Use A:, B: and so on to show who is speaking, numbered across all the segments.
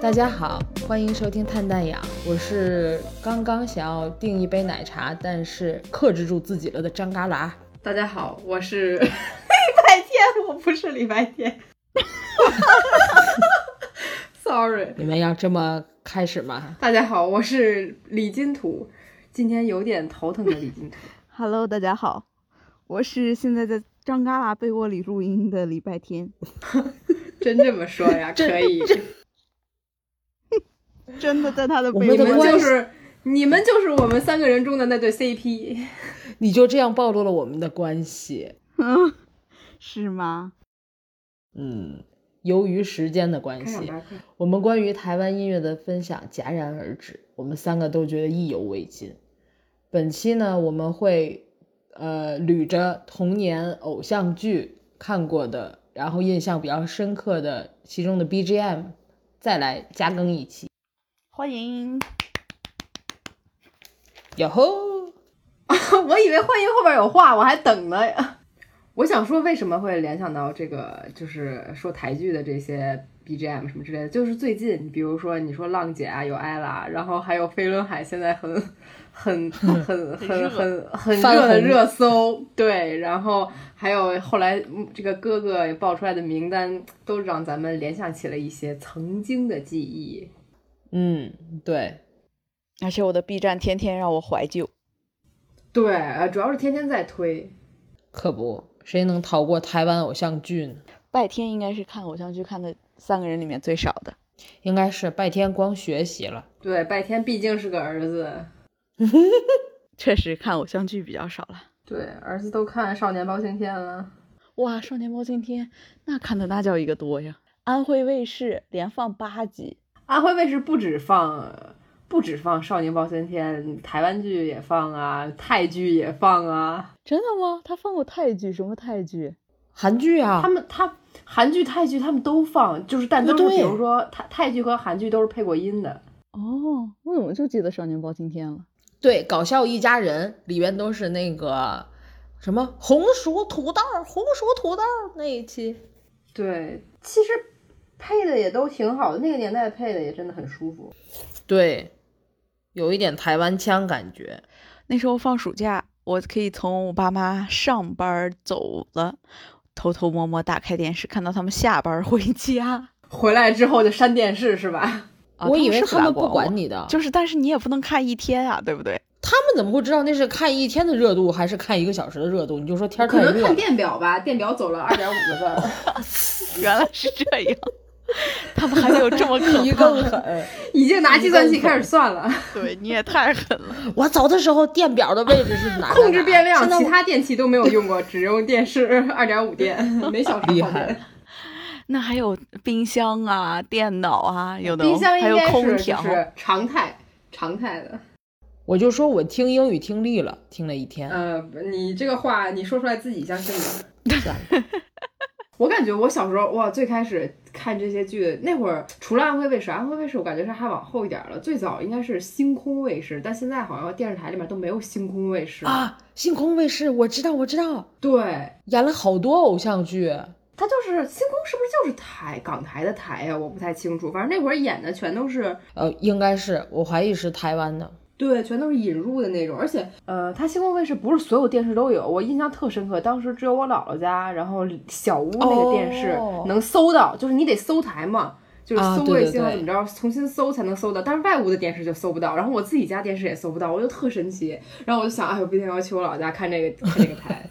A: 大家好，欢迎收听探蛋养，我是刚刚想要订一杯奶茶，但是克制住自己了的张嘎啦。
B: 大家好，我是礼拜天，我不是礼拜天。Sorry，
A: 你们要这么开始吗？
B: 大家好，我是李金土，今天有点头疼的李金土。
C: Hello，大家好，我是现在在张嘎啦被窝里录音的礼拜天，
B: 真这么说呀？可以，
C: 真的在他的
A: 我
C: 被
A: 们
B: 你
A: 的
C: 窝
B: 们
A: 关
C: 里
B: 就
A: 系
B: 是你们就是我们三个人中的那对 CP。
A: 你就这样暴露了我们的关系。
C: 嗯， 是吗？
A: 嗯，由于时间的关系，我们关于台湾音乐的分享戛然而止，我们三个都觉得意犹未尽。本期呢，我们会呃捋着童年偶像剧看过的，然后印象比较深刻的其中的 BGM，再来加更一期。
C: 欢迎，
A: 哟吼！
B: 我以为欢迎后边有话，我还等呢。 我想说，为什么会联想到这个，就是说台剧的这些 BGM 什么之类的，就是最近，比如说你说浪姐啊，有艾拉，然后还有飞轮海，现在很 很很很很很很
A: 翻
B: 热的
A: 红
B: 热搜，对，然后还有后来嗯这个哥哥爆出来的名单，都让咱们联想起了一些曾经的记忆。
A: 嗯，对，
C: 而且我的 B 站天天让我怀旧，
B: 对，呃，主要是天天在推，
A: 可不，谁能逃过台湾偶像剧呢？
C: 拜天应该是看偶像剧看的三个人里面最少的，
A: 应该是拜天光学习了。
B: 对，拜天毕竟是个儿子。
C: 确实看偶像剧比较少了。
B: 对，儿子都看《少年包青天》了。
C: 哇，少年包青天那看的那叫一个多呀！安徽卫视连放八集，
B: 安徽卫视不止放，不止放《少年包青天》，台湾剧也放啊，泰剧也放啊。
C: 真的吗？他放过泰剧，什么泰剧？
A: 韩剧啊，
B: 他们他韩剧、泰剧他们都放，就是但都是
A: 对
B: 比如说泰泰剧和韩剧都是配过音的。
C: 哦，我怎么就记得少年包青天了？
A: 对，搞笑一家人里边都是那个什么红薯土豆儿、红薯土豆儿那一期。
B: 对，其实配的也都挺好的，那个年代配的也真的很舒服。
A: 对，有一点台湾腔感觉。
C: 那时候放暑假，我可以从我爸妈上班儿走了，偷偷摸摸打开电视，看到他们下班儿回家。
B: 回来之后就删电视是吧？
C: 啊
A: 我以为
C: 是
A: 他们
C: 打
A: 不
C: 过
A: 管
C: 我，
A: 你的，
C: 就是，但是你也不能看一天啊，对不对？
A: 他们怎么会知道那是看一天的热度还是看一个小时的热度？你就说天儿
B: 可
A: 太
B: 能
A: 热
B: 看
A: 了，
B: 电表吧，电表走了二点五个字。
C: 原来是这样，他们还有这么可
A: 你更
C: 怕？
A: 狠。
B: 已经拿计算器开始算了，
C: 对你也太狠了，
A: 我走的时候电表的位置是哪儿哪儿哪儿？
B: 控制变量，
A: 现在
B: 其
A: 我
B: 他电器都没有用 过，只用电视二点五电，每小时
A: 厉
B: 耗
A: 害
B: 电。
C: 那还有冰箱啊、电脑啊，有的
B: 冰箱
C: 还
B: 应
C: 有
B: 该
C: 空
B: 是就
C: 调。
B: 是常态常态的。
A: 我就说我听英语听力了，听了一天。
B: 呃，你这个话你说出来自己相信吗？
A: 算了
B: 我感觉我小时候哇，最开始看这些剧那会儿，除了安徽卫视，安徽卫视我感觉是还往后一点了，最早应该是星空卫视，但现在好像电视台里面都没有星空卫视。
A: 啊，星空卫视，我知道，我知道，
B: 对，
A: 演了好多偶像剧。
B: 它就是星空，是不是就是台港台的台呀、我不太清楚，反正那会儿演的全都是
A: 呃，应该是，我怀疑是台湾的。
B: 对，全都是引入的那种，而且，呃，它星空卫视不是所有电视都有，我印象特深刻。当时只有我姥姥家，然后小屋那个电视
A: 哦
B: 能搜到，就是你得搜台嘛，就是
A: 啊
B: 搜
A: 对
B: 卫
A: 对
B: 星啊
A: 对
B: 怎么着，重新搜才能搜到。但是外屋的电视就搜不到，然后我自己家电视也搜不到，我就特神奇。然后我就想，哎，我必须要去我姥姥家看这个看这个台。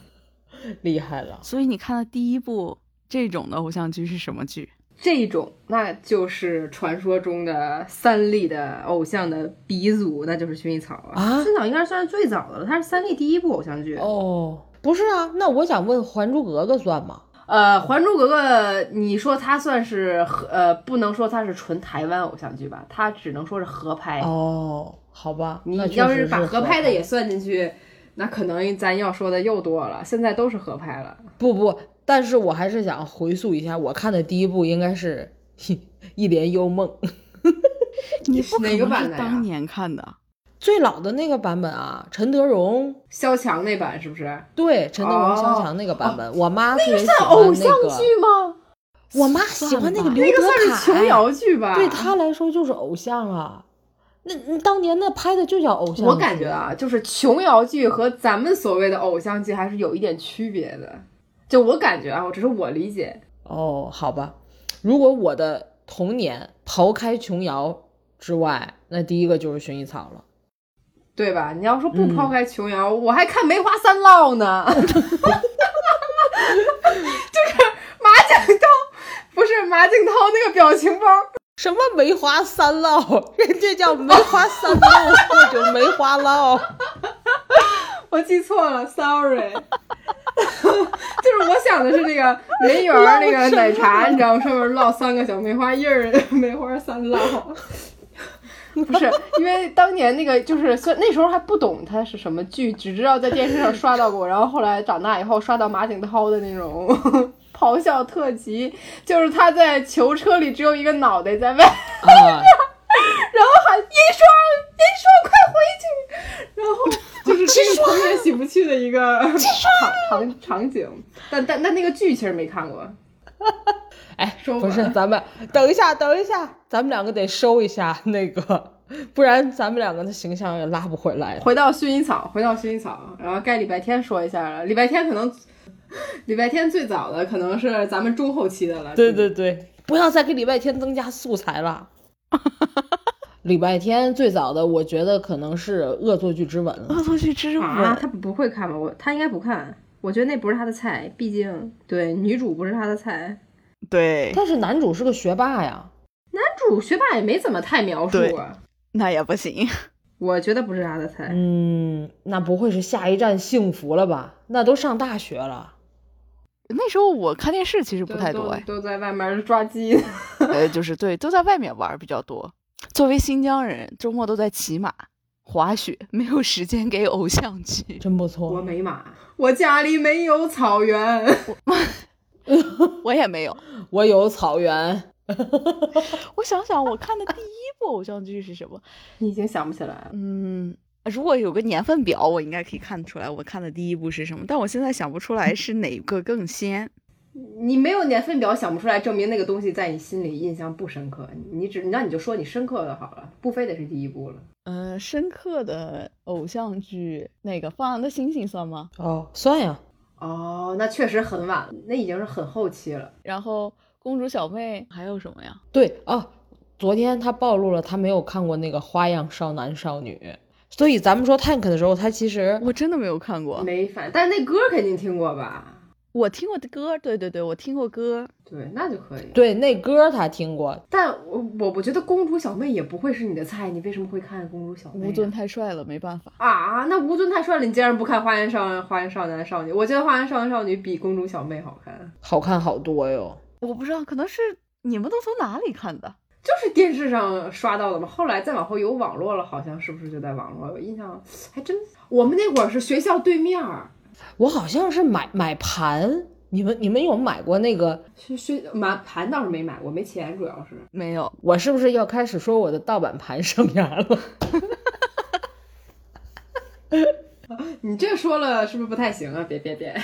A: 厉害了，
C: 所以你看的第一部这种的偶像剧是什么剧？
B: 这种那就是传说中的三立的偶像的鼻祖，那就是薰衣草
A: 啊
B: 薰衣草应该算是最早的了，它是三立第一部偶像剧。
A: 哦，不是啊，那我想问，《还珠格格》算吗？
B: 呃，《还珠格格》，你说它算是合呃，不能说它是纯台湾偶像剧吧，它只能说是合拍。
A: 哦，好吧，
B: 啊你
A: 那确
B: 要
A: 实是
B: 把合拍的
A: 合
B: 也算进去，那可能咱要说的又多了。现在都是合拍了，
A: 不不，但是我还是想回溯一下，我看的第一部应该是《一帘幽梦》
C: 你不可
B: 哪个
C: 能
B: 版
C: 是
B: 的呀
C: 当年看的，
A: 最老的那个版本啊，陈德容
B: 萧蔷那版是不是？
A: 对陈德容、
B: 哦
A: 萧蔷那个版本，我妈特别喜
B: 算
A: 欢
B: 偶像
A: 那个。
B: 剧吗？
A: 我妈喜欢那个
C: 算吧
A: 刘
B: 那个
A: 德
B: 算是
A: 凯，
B: 琼瑶剧吧？
A: 对她来说就是偶像啊。那那当年那拍的就叫偶像，
B: 我感觉，啊，就是琼瑶剧和咱们所谓的偶像剧还是有一点区别的。就我感觉啊，我只是我理解，
A: 哦，好吧，如果我的童年刨开琼瑶之外，那第一个就是薰衣草了。
B: 对吧？你要说不抛开琼瑶，我还看《梅花三烙》呢，就是马景涛，不是马景涛那个表情包，
A: 什么梅花三烙， 人家叫梅花三烙 或者梅花烙。
B: 我记错了，sorry。就是我想的是那个梅园儿那个奶茶，你知道吗？上面烙三个小梅花印儿，梅花三烙。 不是，因为当年那个就是，虽那时候还不懂它是什么剧，只知道在电视上刷到过，然后后来长大以后刷到马景涛的那种 咆哮特辑，就是他在囚车里只有一个脑袋在外。
A: 啊，
B: 然后喊银霜，银霜快回去，然后就是 这个我也洗不去的一个场场场景，但但但那个剧其实没看过，
A: 哎，
B: 收
A: 不是，
B: 吧
A: 咱们等一下，等一下，咱们两个得收一下那个，不然咱们两个的形象也拉不回来了。
B: 回到薰衣草，回到薰衣草，然后该礼拜天说一下了，礼拜天可能。礼拜天最早的可能是咱们中后期的了，
A: 对对对，不要再给礼拜天增加素材了。礼拜天最早的，我觉得可能是《恶作剧之吻》了。
C: 恶作剧之吻、
B: 啊，他不会看吧？我他应该不看，我觉得那不是他的菜，毕竟对女主不是他的菜，
C: 对，
A: 但是男主是个学霸呀，
B: 男主学霸也没怎么太描述
C: 对
B: 啊，
C: 那也不行。
B: 我觉得不是他的菜。
A: 嗯，那不会是下一站幸福了吧？那都上大学了，
C: 那时候我看电视其实不
B: 都
C: 太
B: 都
C: 多，哎，
B: 都在外面抓鸡。
C: 呃，就是对，都在外面玩儿比较多。作为新疆人，周末都在骑马、滑雪，没有时间给偶像剧。
A: 真不
B: 我
A: 错。
B: 没马，我家里没有草原。
C: 我也没有。
A: 我有草原，
C: 我想想，我看的第一部偶像剧是什么？
B: 你已经想不起来了。
C: 嗯，如果有个年份表，我应该可以看得出来我看的第一部是什么，但我现在想不出来是哪个更先。
B: 你没有年份表想不出来，证明那个东西在你心里印象不深刻。你只那你就说你深刻的好了，不非得是第一部了。
C: 嗯、深刻的偶像剧，那个《放羊的星星》算吗？
A: 哦，算呀，
B: 哦，那确实很晚，那已经是很后期了。
C: 然后《公主小妹》还有什么呀？
A: 对啊，昨天他暴露了他没有看过那个《花样少男少女》，所以咱们说 Tank 的时候，他其实
B: 嗯
C: 我真的没有看过，
B: 没反，但是那歌肯定听过吧？
C: 我听过的歌，对对对，我听过歌，
B: 对，那就可以。，
A: 对那歌他听过，
B: 但我我我觉得公主小妹也不会是你的菜，你为什么会看公主小妹、啊？
C: 吴尊太帅了，没办法。
B: 啊，那吴尊太帅了，你竟然不看《花样少花样少男少女》？我觉得《花样少男少女》比《公主小妹》好看，
A: 好看好多哟。
C: 我不知道，可能是你们都从哪里看的？
B: 就是电视上刷到的嘛。后来再往后有网络了，好像是不是就在网络？有印象还真，我们那会儿是学校对面儿，
A: 我好像是买买盘，你们你们有买过那个？
B: 学学买盘倒是没买，我没钱，主要是
C: 没有，
A: 我是不是要开始说我的盗版盘生涯了？
B: 你这说了是不是不太行啊？别别别，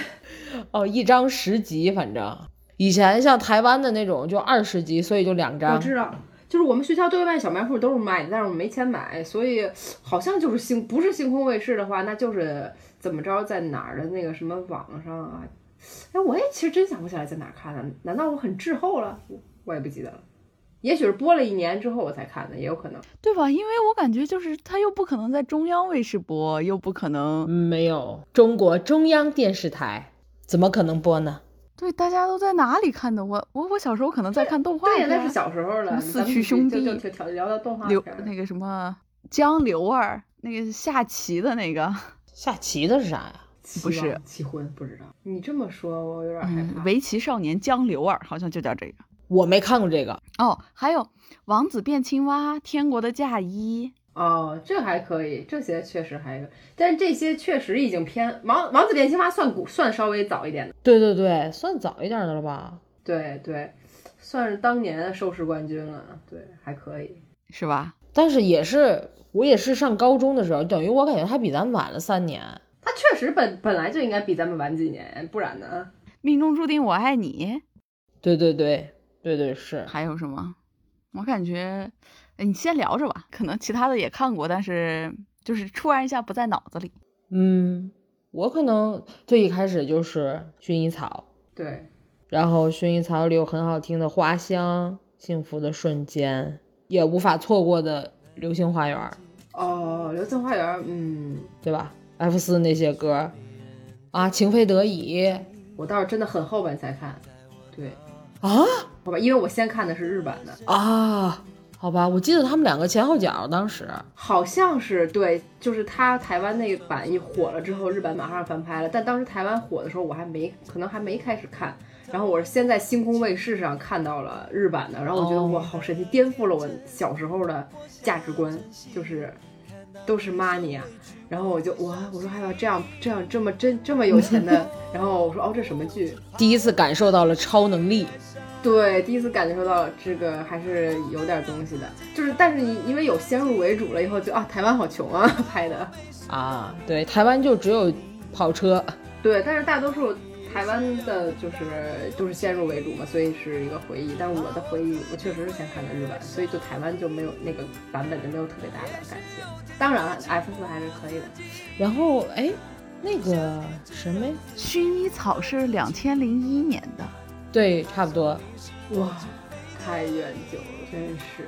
A: 哦，一张十集，反正以前像台湾的那种就二十集，所以就两
B: 我
A: 张。
B: 知道。就是我们学校对外小卖部都是卖的，但是我没钱买，所以好像就是星不是星空卫视的话，那就是怎么着在哪儿的那个什么网上啊？哎，我也其实真想不起来在哪儿看的，难道我很滞后了？我我也不记得了，也许是播了一年之后我才看的，也有可能。
C: 对吧？因为我感觉就是他又不可能在中央卫视播，又不可能
A: 嗯没有，中国中央电视台怎么可能播呢？
C: 对，大家都在哪里看的？我我我小时候可能在看动画
B: 对呀
C: 片，，
B: 那是小时候
C: 什
B: 了。
C: 么
B: 咱
C: 四
B: 们
C: 驱兄弟
B: 就就就聊到动画
C: 刘
B: 片儿
C: 那个什么江流儿，那个下棋的那个，
A: 下棋的是啥呀？
B: 棋
C: 不是
B: 王棋魂，不知道。你这么说，我有点害
C: 嗯，
B: 怕。
C: 围棋少年江流儿好像就叫这个。
A: 我没看过这个，
C: 哦，还有王子变青蛙、天国的嫁衣，
B: 哦，这还可以，这些确实还可以，但这些确实已经偏王王子变青蛙算古算稍微早一点的，
A: 对对对，算早一点的了吧？
B: 对对，算是当年的收视冠军了，对，还可以。
C: 是吧？
A: 但是也是我也是上高中的时候，等于我感觉他比咱晚了三年。
B: 他确实本本来就应该比咱们晚几年，不然呢？
C: 命中注定我爱你，
A: 对对对对对是，
C: 还有什么？我感觉，哎你先聊着吧，可能其他的也看过，但是就是突然一下不在脑子里。
A: 嗯，我可能最一开始就是薰衣草，
B: 对，
A: 然后薰衣草里有很好听的花香，幸福的瞬间，也无法错过的流星花园，
B: 哦，《流星花园》，嗯，
A: 对吧？F 四那些歌，啊，情非得已
B: 我倒是真的很后半才看，对，
A: 啊
B: 好吧，因为我先看的是日版的，
A: 啊，好吧，我记得他们两个前后脚当时，
B: 好像是对，就是他台湾那个版一火了之后，日本马上翻拍了。但当时台湾火的时候，我还没可能还没开始看，然后我是先在星空卫视上看到了日版的，然后我觉得
A: 哦
B: 哇，好神奇，颠覆了我小时候的价值观，就是都是 money 啊。然后我就哇，我说还有这样这样这么真这么有钱的，然后我说哦，这什么剧？
A: 第一次感受到了超能力，
B: 对，第一次感受到这个还是有点东西的，就是但是你因为有先入为主了以后就，啊，台湾好穷啊 拍的，
A: 啊，对，台湾就只有跑车，
B: 对，但是大多数台湾的就是都是先入为主嘛，所以是一个回忆。但我的回忆，我确实是先看的日版，所以对台湾就没有那个版本就没有特别大的感情。当然，F 四还是可以的。
A: 然后哎，那个什么，
C: 薰衣草是两千零一年的，
A: 对，差不多，
B: 哇，太远久了，真是。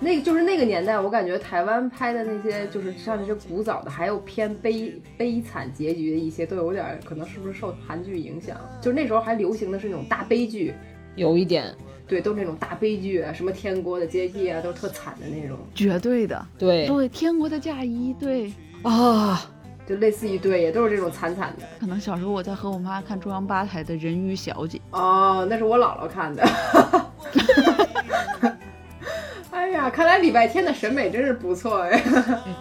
B: 那个就是那个年代，我感觉台湾拍的那些，就是像那些古早的，还有偏悲悲惨结局的一些，都有点儿可能是不是受韩剧影响？就是那时候还流行的是那种大悲剧，
A: 有一点，
B: 对，都是那种大悲剧啊，什么《天国的阶梯》啊，都是特惨的那种，
C: 绝对的。
A: 对
C: 对，《天国的嫁衣》对，
A: 啊，
B: 就类似于对，也都是这种惨惨的。
C: 可能小时候我在和我妈看中央八台的《人鱼小姐
B: 哦，那是我姥姥看的。 哎呀，看来礼拜天的审美真是不错哎。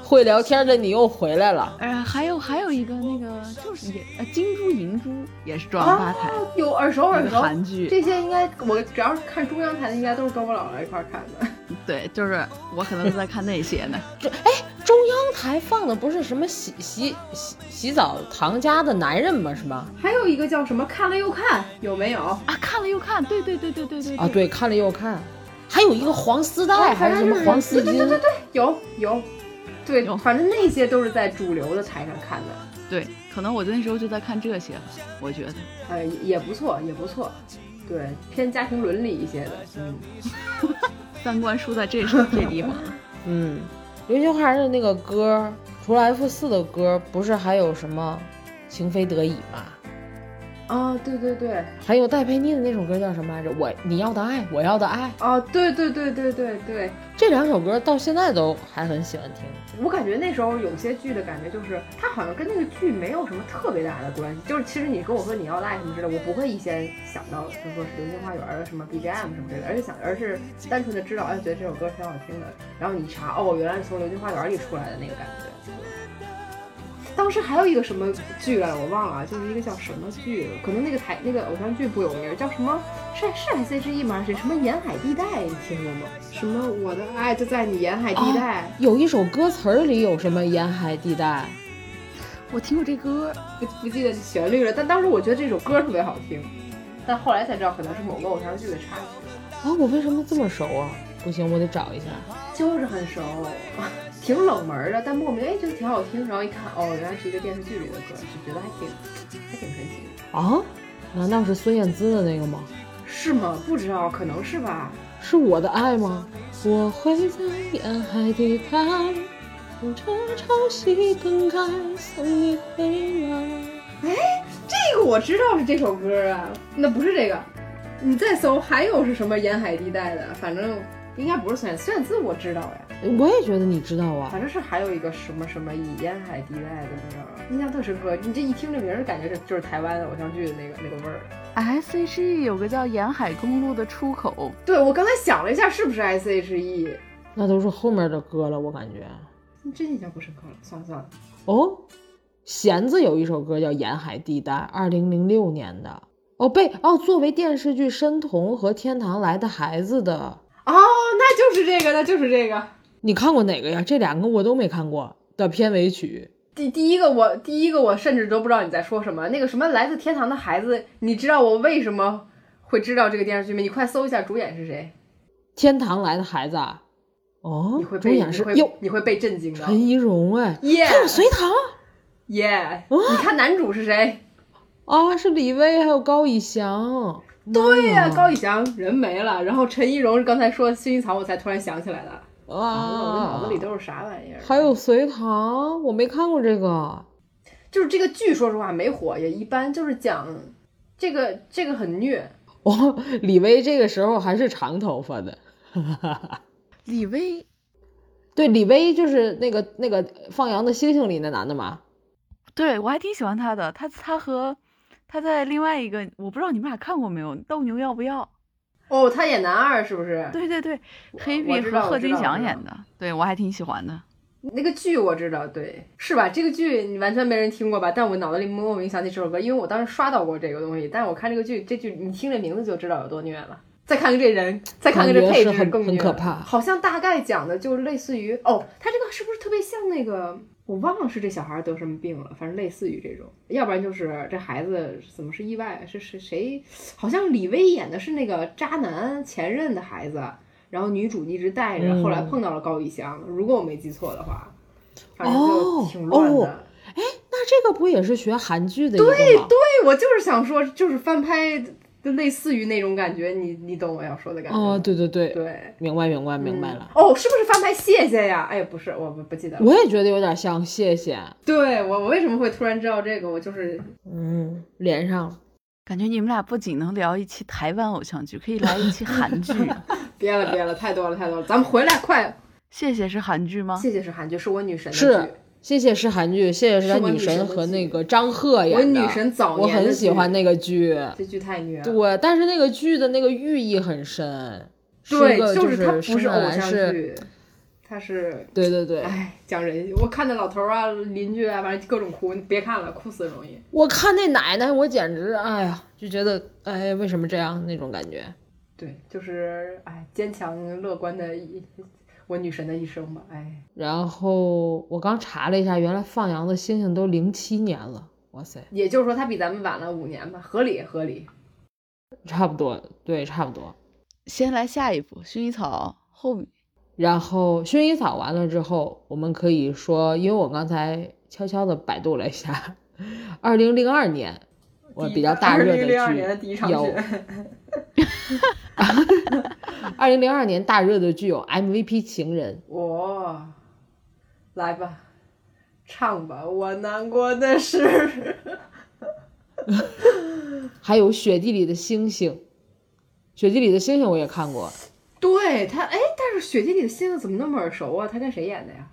A: 会聊天的你又回来》，了，
C: 呃，还有还有一个那个就是也呃《金珠银珠》也是中央八台、
B: 有耳熟耳
C: 一
B: 熟
C: 个，韩剧。
B: 这些应该我只要是看中央台的，应该都是跟我姥姥一块儿看的。
C: 对，就是我可能都在看那些呢。
A: 中央台放的不是什么洗洗洗洗澡堂家的男人吗？是吗？
B: 还有一个叫什么看了又看，有没有？
C: 啊，看了又看，对对对对对对
A: 啊，，对，看了又看，还有一个黄丝带，
B: 哦
A: 哎还是什么黄丝
B: 对对对
A: 巾，
B: 有有，对，
C: 有
B: 反正那些都是在主流的台上看的。
C: 对，可能我那时候就在看这些吧，我觉得。
B: 呃，也不错，也不错，对，偏家庭伦理一些的，嗯，
C: 三观输在这这地方，
A: 嗯，流星花园的那个歌，除了 F 四的歌，不是还有什么情非得已吗？
B: 哦，对对对，
A: 还有戴佩妮的那首歌叫什么来着？我你要的爱，我要的爱，
B: 哦，对对对对对对，
A: 这两首歌到现在都还很喜欢听。
B: 我感觉那时候有些剧的感觉就是，它好像跟那个剧没有什么特别大的关系，就是其实你跟我说你要赖什么之类，我不会一先想到就说是流星花园啊什么 BGM 什么之类的，而且想而是单纯的知道，哎，觉得这首歌挺好听的，然后你一查，哦，原来是从流星花园里出来的那个感觉。当时还有一个什么剧来着，我忘了，啊就是一个叫什么剧，可能那个台那个偶像剧不有名，叫什么是是 S H E 吗？是什么沿海地带？你听过吗？什么我的爱就在你沿海地带？
A: 有一首歌词儿里有什么沿海地带？
C: 我听过这歌，
B: 不不记得旋律了，但当时我觉得这首歌特别好听，但后来才知道可能是某个偶像剧的插曲，
A: 啊，我为什么这么熟啊？不行，我得找一下。
B: 就是很熟，啊挺冷门的，但莫名哎觉得挺好听，然后一看哦，原来是一个电视剧里的歌，就觉得还挺还挺神奇的，
A: 啊？难道是孙燕姿的那个吗？
B: 是吗？不知道，可能是吧。
A: 是我的爱吗？我会在沿海地带，等着潮汐更改，送你回来。
B: 这个我知道是这首歌啊，那不是这个，你再搜还有是什么沿海地带的，反正应该不是孙燕孙燕姿，我知道呀。
A: 我也觉得你知道啊
B: 反，正是还有一个什么什么以沿海地带的那个，印象特深刻。你这一听这名儿，感觉这就是台湾偶像剧的那个那个味儿。
C: S H E 有个叫沿海公路的出口，
B: 对我刚才想了一下，是不是 S H E？
A: 那都是后面的歌了，我感觉。
B: 真印象不深刻了，算了算啊了。
A: 哦，弦子有一首歌叫《沿海地带》，二零零六年的。哦，被哦作为电视剧《申童》和《天堂来的孩子》的，
B: 哦，那就是这个，那就是这个。
A: 你看过哪个呀？这两个我都没看过的片尾曲。
B: 第第一个我第一个我甚至都不知道你在说什么。那个什么来自天堂的孩子，你知道我为什么会知道这个电视剧吗？你快搜一下主演是谁，
A: 天堂来的孩子啊，哦
B: 你会，
A: 主
B: 被
A: 演
B: 你
A: 是
B: 会
A: 哟
B: 你会被震惊的。
A: 陈怡蓉哎，
B: 耶
A: 还有隋唐
B: 耶！
A: 哦
B: 你看男主是谁？
A: 啊，是李薇还有高以翔，
B: 对呀、
A: 妈
B: 高以翔人没了，然后陈怡蓉刚才说薰衣草，我才突然想起来的。我这脑
A: 啊
B: 子里，都是啥玩意儿？
A: 还有隋唐，我没看过这个，
B: 就是这个剧，说实话没火，也一般，就是讲这个这个很虐。
A: 哦，李薇这个时候还是长头发的。
C: 李薇
A: 对，李薇就是那个那个放羊的星星里那男的嘛。
C: 对我还挺喜欢他的，他他和他在另外一个，我不知道你们俩看过没有，《斗牛要不要》？
B: 哦，他演男二是不是？
C: 对对对，黑
B: 我
C: 碧
B: 知
C: 和
B: 道我
C: 贺
B: 知
C: 军
B: 道我
C: 翔
B: 知道
C: 演的，对我还挺喜欢的。
B: 那个剧我知道，对，是吧？这个剧你完全没人听过吧？但我脑子里莫名想起这首歌，因为我当时刷到过这个东西。但我看这个剧，这剧你听这名字就知道有多虐了。再看看这人，再看看这
A: 感觉
B: 配
A: 是
B: 置，
A: 很
B: 更
A: 很
B: 虐
A: 可
B: 了
A: 怕
B: 好像大概讲的就是类似于哦，他这个是不是特别像那个？我忘了是这小孩得什么病了，反正类似于这种，要不然就是这孩子怎么是意外？是是谁？好像李薇演的是那个渣男前任的孩子，然后女主一直带着，
A: 嗯
B: 后来碰到了高以翔，如果我没记错的话，反正就挺乱的。
A: 哦哦那这个不也是学韩剧的一个吗？对
B: 对，我就是想说，就是翻拍的类似于那种感觉，你你懂我要说的感觉吗？
A: 哦，对对对，
B: 对，
A: 明白明白明白
B: 嗯
A: 了。
B: 哦，是不是翻拍谢谢呀？哎，不是，我不不记得了。
A: 我也觉得有点像，谢谢。
B: 对我我为什么会突然知道这个？我就是
A: 嗯，连上了。
C: 感觉你们俩不仅能聊一期台湾偶像剧，可以来一期韩 剧。
B: 别了别了，太多了太多了，咱们回来快。
C: 谢谢是韩剧吗？
B: 谢谢是韩剧，是我女神的
A: 是
B: 剧。
A: 谢谢是韩剧，谢谢是
B: 是
A: 他
B: 我
A: 女
B: 女神
A: 神
B: 的
A: 和
B: 剧
A: 那个张赫演
B: 我
A: 的。
B: 女神早
A: 我
B: 年的
A: 很喜欢
B: 剧嗯
A: 那个剧。
B: 这剧太虐了。
A: 对，但是那个剧的那个寓意很深。是一
B: 对，
A: 个
B: 就是它不
A: 施
B: 是
A: 耐
B: 偶
A: 兰
B: 像
A: 是。
B: 剧，它是
A: 对对对，
B: 哎，讲人，我看那老头儿啊、邻居啊，反正各种哭，你别看了，哭死容易。
A: 我看那奶奶，我简直哎呀，就觉得哎，为什么这样那种感觉？
B: 对，就是哎，坚强乐观的一我女神的一生吧。哎，
A: 然后我刚查了一下，原来放羊的星星都零七年了，哇塞，
B: 也就是说她比咱们晚了五年吧，合理合理。
A: 差不多，对，差不多。
C: 先来下一部《薰衣草》后面，
A: 然后薰衣草完了之后，我们可以说，因为我刚才悄悄的百度了一下，二零零二年我比较大热的
B: 零
A: 剧
B: 零二年的第一场
A: 有
B: 雪，
A: 二零零二年大热的剧有 MVP 情人，
B: 我来吧，唱吧，我难过的是，
A: 还有雪地里的星星。雪地里的星星我也看过，
B: 对她哎，但是雪地里的星星怎么那么耳熟啊？她跟谁演的呀？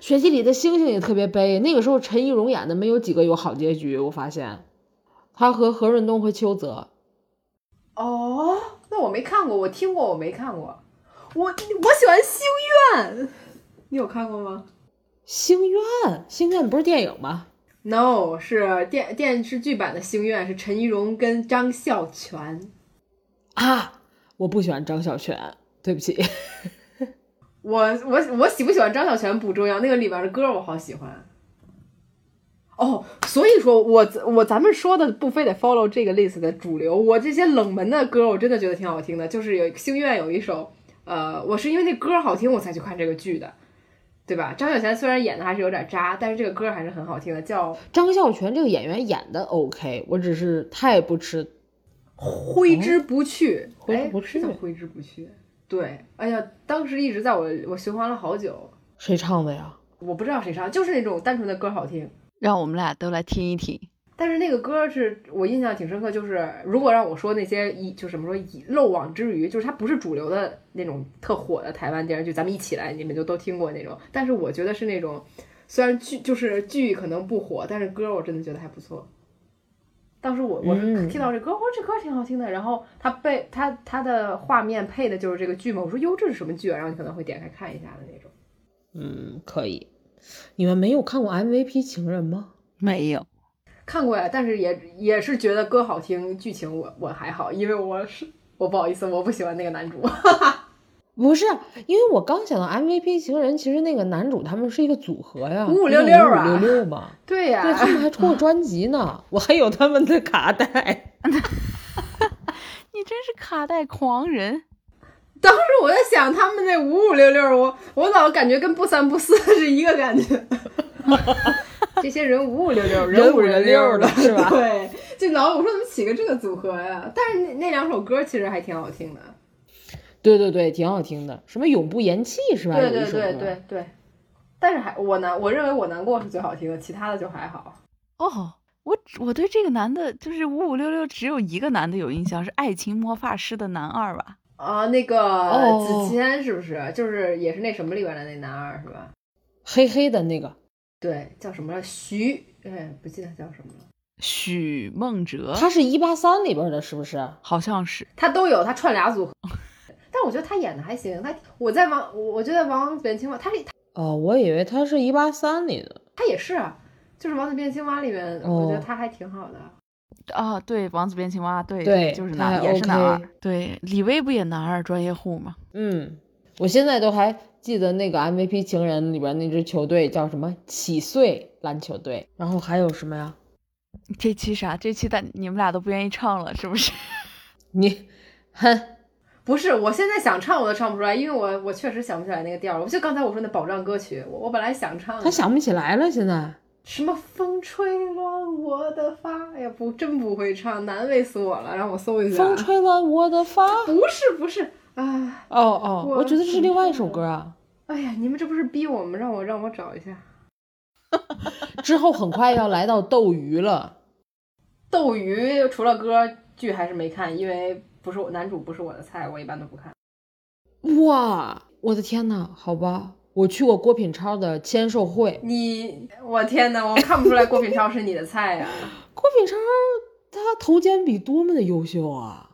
A: 雪地里的星星也特别悲。那个时候陈怡蓉演的没有几个有好结局，我发现，她和何润东和邱泽，
B: 哦，那我没看过，我听过，我没看过。我我喜欢星愿，你有看过吗
A: 星愿，星愿不是电影吗？
B: ？No，是电电视剧版的《星愿》，是陈怡蓉跟张孝全。
A: 啊，我不喜欢张小泉，对不起。
B: 我我我喜不喜欢张孝全不重要，那个里边的歌我好喜欢。哦，所以说我我咱们说的不非得 follow 这个 list 的主流，我这些冷门的歌我真的觉得挺好听的，就是有《星愿》有一首，呃，我是因为那歌好听我才去看这个剧的，对吧？张小娴虽然演的还是有点渣，但是这个歌还是很好听的，叫《
A: 张孝全这个演员演的 OK，我只是太不吃
B: 挥之不去》
A: 挥之
B: 哎
A: 不去
B: 是叫挥之不去。对，哎呀，当时一直在我我循环了好久，
A: 谁唱的呀？
B: 我不知道谁唱，就是那种单纯的歌好听。
C: 让我们俩都来听一听。
B: 但是那个歌是我印象挺深刻，就是如果让我说那些一就怎么说一漏网之鱼，就是它不是主流的那种特火的台湾电视剧，咱们一起来，你们就都听过那种。但是我觉得是那种，虽然剧就是剧可能不火，但是歌我真的觉得还不错。当时我我是
A: 嗯
B: 听到这歌，我说哦这歌挺好听的，然后它被它它的画面配的就是这个剧嘛，我说哟这是什么剧啊？然后你可能会点开看一下的那种。
A: 嗯，可以。你们没有看过 MVP 情人吗？
C: 没有，
B: 看过呀，但是也也是觉得歌好听，剧情我我还好，因为我是我不好意思，我不喜欢那个男主。
A: 不是，因为我刚想到 MVP 情人，其实那个男主他们是一个组合呀，
B: 5566啊
A: 五五六六 嘛，
B: 对呀、
A: 对 他们还出过专辑呢，我还有他们的卡带。
C: 你真是卡带狂人！
B: 当时我在想他们那五五六六，我我老感觉跟不三不四是一个感觉。这些人五五六六，
A: 人
B: 五 人
A: 六
B: 的
A: 是吧？
B: 对，就老我说怎么起个这个组合呀？但是那那两首歌其实还挺好听的。
A: 对对对，挺好听的，什么永不言弃是吧？
B: 对对对对对。但是还我难，我认为我难过是最好听的，其他的就还好。
C: 哦，我我对这个男的，就是五五六六，只有一个男的有印象，是《爱情魔法师》的男二吧？
B: 啊，那个
A: 哦
B: 子谦是不是？就是也是那什么里边的那男二是吧？
A: 黑黑的那个，
B: 对，叫什么了？徐，哎，不记得叫什么了。
C: 许梦哲
A: 他是一八三里边的，是不是？
C: 好像是
B: 他都有，他串俩组合。 但我觉得他演的还行，他我在王，我我觉得王子变青蛙，他他
A: 哦，我以为他是一八三里的。
B: 他也是啊，就是王子变青蛙里面，
A: 哦
B: 我觉得他还挺好的。
C: 啊，对，王子变青蛙，对
A: 对
C: 就是
A: 他
C: 男，
A: 还
C: 也是男
A: OK
C: 二，对，李威不也男二专业户吗？
A: 嗯，我现在都还记得那个 MVP 情人里边那支球队叫什么？起穗篮球队。然后还有什么呀？
C: 这期啥？这期的你们俩都不愿意唱了，是不是？
A: 你，哼，
B: 不是，我现在想唱我都唱不出来，因为我我确实想不起来那个调儿。我就刚才我说那保障歌曲，我我本来想唱的，
A: 他想不起来了，现在。
B: 什么风吹乱我的发，哎呀不，真不会唱，难为死我了。让我搜一下，
A: 风吹乱我的发。 哦
B: 不是不是啊，
A: 哦，
B: 我
A: 我觉得是另外一首歌啊。
B: 哎呀，你们这不是逼我们让我让我找一下
A: 之后很快要来到斗鱼了。
B: 斗鱼，除了歌剧还是没看，因为不是我男主不是我的菜，我一般都不看。
A: 哇，我的天呐，好吧，我去过郭品超的签售会，
B: 你，我天哪，我看不出来郭品超是你的菜啊呀、
A: 郭品超他头肩比多么的优秀啊！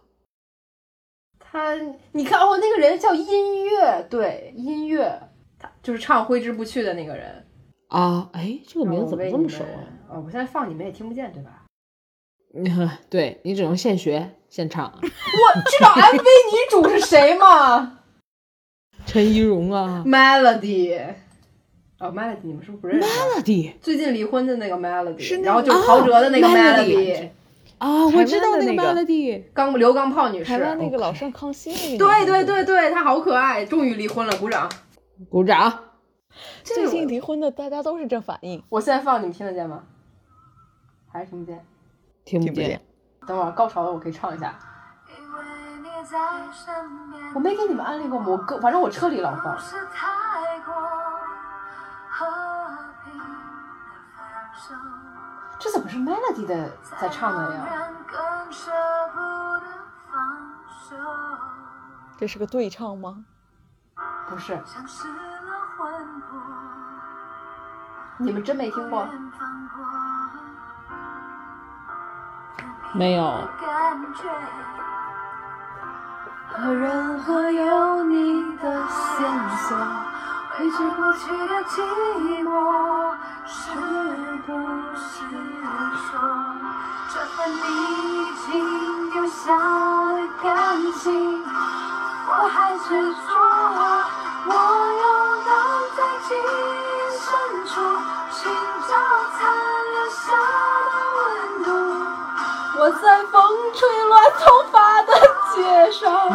B: 他，你看哦，那个人叫音乐，对，音乐，他就是唱挥之不去的那个人。
A: 啊，哎，这个
B: 我
A: 名字怎么
B: 为
A: 这
B: 你
A: 么熟
B: 们
A: 啊？？
B: 哦，我现在放你们也听不见，对吧？
A: 对你只能现学现唱，
B: 我知道 MV 女主是谁吗
A: 陈怡蓉啊
B: ？Melody。哦，Melody，你们是不是不认识啊？
A: ，Melody
B: 最近离婚的那个 Melody，
C: 是那个
B: 然
C: 哦
B: 后就是陶喆的那个
A: 啊
B: Melody，、
A: 啊，
C: 台
A: 我知
C: 湾
A: 道
C: 的
A: 那
C: 那个
A: Melody，
B: 刚刘钢炮女士。
C: 台湾那
A: OK
C: 个老上康熙那个，
B: 对对，对对，她好可爱，终于离婚了，鼓掌。
A: 鼓掌。
B: 这
C: 最
B: 个
C: 近离婚的大家都是这反应。
B: 我现在放你们听得见吗？还是听不见？
A: 听不
C: 听不见
B: 等会儿高潮了我可以唱一下。
D: 因为你在身边，
B: 我没给你们安利过我歌，反正我车里老放
D: 不。是太过和平的分手，
B: 这怎么是 Melody 的在唱的
D: 让
B: 呀？
D: 人更舍不得放手，
C: 这是个对唱吗？
B: 不是，
D: 像失了魂魄，
B: 你们真没听过
D: 不？愿放过
A: 没有，
D: 感觉。和任何有你的线索，挥之不去的寂寞，是不是说，这份已经丢下的感情，我还执着？我游荡在记忆深处，寻找残留下的温度。我在风吹乱头发的街上，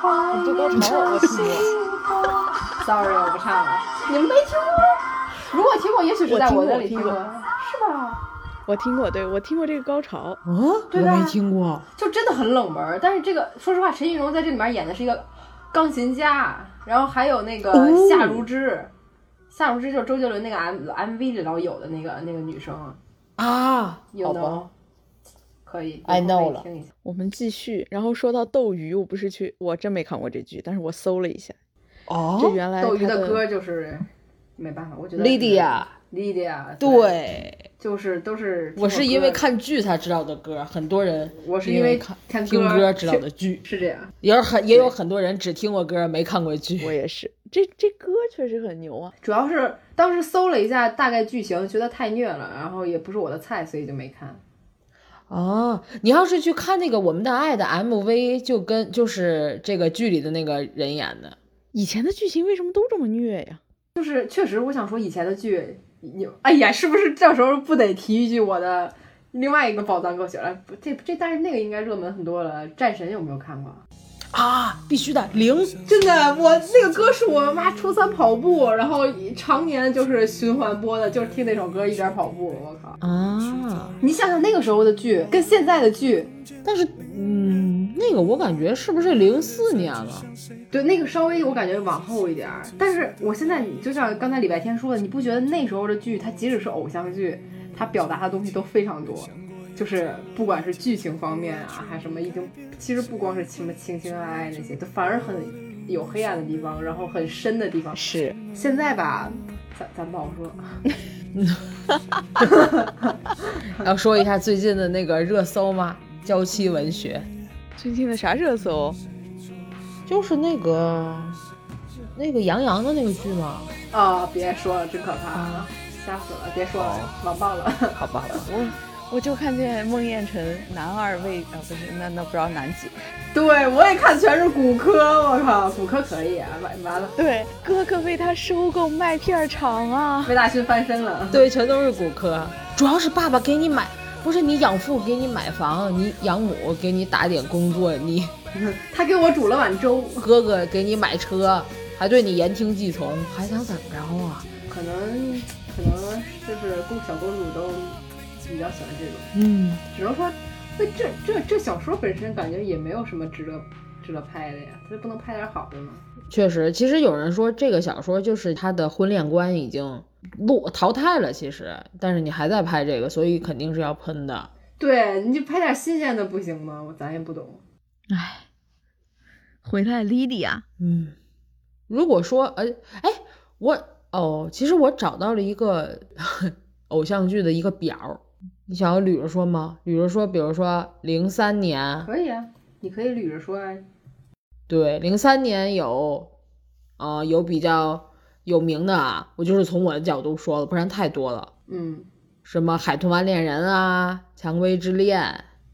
D: 怀念着幸福。
B: Sorry，我不唱了。你们没听过？如果听过，也许是在我这里
C: 我听过
B: 过，
C: 我
B: 是吧？
C: 我听过，对我听过这个高潮。
A: 啊，我
B: 对吧
A: 没听过。
B: 就真的很冷门儿。但是这个，说实话，陈意蓉在这里面演的是一个钢琴家，然后还有那个
A: 哦
B: 夏如芝，夏如芝就是周杰伦那个 M MV 里老有的那个那个女生，
A: 啊，
B: 有
A: 好
B: 呢
A: 吧，。
B: 可以
A: I
B: 有空可以
A: know 了
B: 听一下。
C: 我们继续，然后说到斗鱼，我不是去，我真没看过这剧，但是我搜了一下，这
A: 哦
C: 原来
B: 斗鱼
C: 它
B: 的歌就是没办法，我觉得
A: ，Lydia，
B: Lydia
A: 对
B: 就是都是听
A: 我是因为
B: 歌
A: 看剧才知道的歌，很多人
B: 我是
A: 因
B: 因为
A: 看
B: 看
A: 听
B: 歌
A: 歌知道的剧。
B: 是这样，
A: 也有很也有很多人只听过歌没看过
C: 我
A: 剧。
C: 也是，这这歌确实很牛啊。
B: 主要是当时搜了一下大概剧情，觉得太虐了，然后也不是我的菜，所以就没看。
A: 哦，你要是去看那个《我们的爱》的 MV，就跟就是这个剧里的那个人演的。
C: 以前的剧情为什么都这么虐呀？
B: 就是确实，我想说以前的剧，你哎呀，是不是这时候不得提一句我的另外一个宝藏歌曲了，不这这但是那个应该热门很多了。战神有没有看过？
A: 啊，必须的零。
B: 真的，我那个歌是我妈初三跑步，然后常年就是循环播的，就是听那首歌一边跑步。我靠！
A: 啊，
B: 你想想那个时候的剧跟现在的剧，
A: 但是嗯，那个我感觉是不是零四年了？
B: 对那个稍微我感觉往后一点儿，但是我现在你就像刚才礼拜天说的，你不觉得那时候的剧，它即使是偶像剧，它表达的东西都非常多，就是不管是剧情方面啊，还什么，已经其实不光是什么情情爱爱那些，都反而很有黑暗的地方，然后很深的地方。
C: 是
B: 现在吧，咱咱不好说，
A: 要说一下最近的那个热搜吗？娇妻文学，
C: 最近的啥热搜？
A: 就是那个那个杨洋的那个剧吗？
B: 啊、别说了，真可怕，吓死了，别说了，网暴了。
A: 好吧，
C: 我我就看见孟宴臣男二位啊，不是那那不知道男几？
B: 对，我也看全是骨科，我靠，骨科可以啊，完完了，
C: 对，哥哥为他收购麦片厂啊，
B: 魏大勋翻身了。
A: 对，全都是骨科，主要是爸爸给你买，不是你养父给你买房，你养母给你打点工作，你
B: 他给我煮了碗粥，
A: 哥哥给你买车，还对你言听计从，还想怎么着啊？
B: 可能可能就是公小公主都比较喜欢这种，
A: 嗯，
B: 只能说那这这这小说本身感觉也没有什么值得值得拍的呀，他就不能拍点好的吗？
A: 确实，其实有人说这个小说就是他的婚恋观已经落淘汰了，其实，但是你还在拍这个，所以肯定是要喷的。
B: 对，你就拍点新鲜的不行吗？我咱也不懂。
C: 唉，回来莉莉啊，
A: 嗯，如果说，呃，哎，我哦，其实我找到了一个 偶像剧的一个表儿，你想要捋着说吗？捋着说，比如说零三年，
B: 可以啊，你可以捋着说啊。
A: 对，零三年有，啊、有比较有名的啊，我就是从我的角度说了，不然太多了。
B: 嗯
A: 什么《海豚湾恋人》啊，《蔷薇之恋》，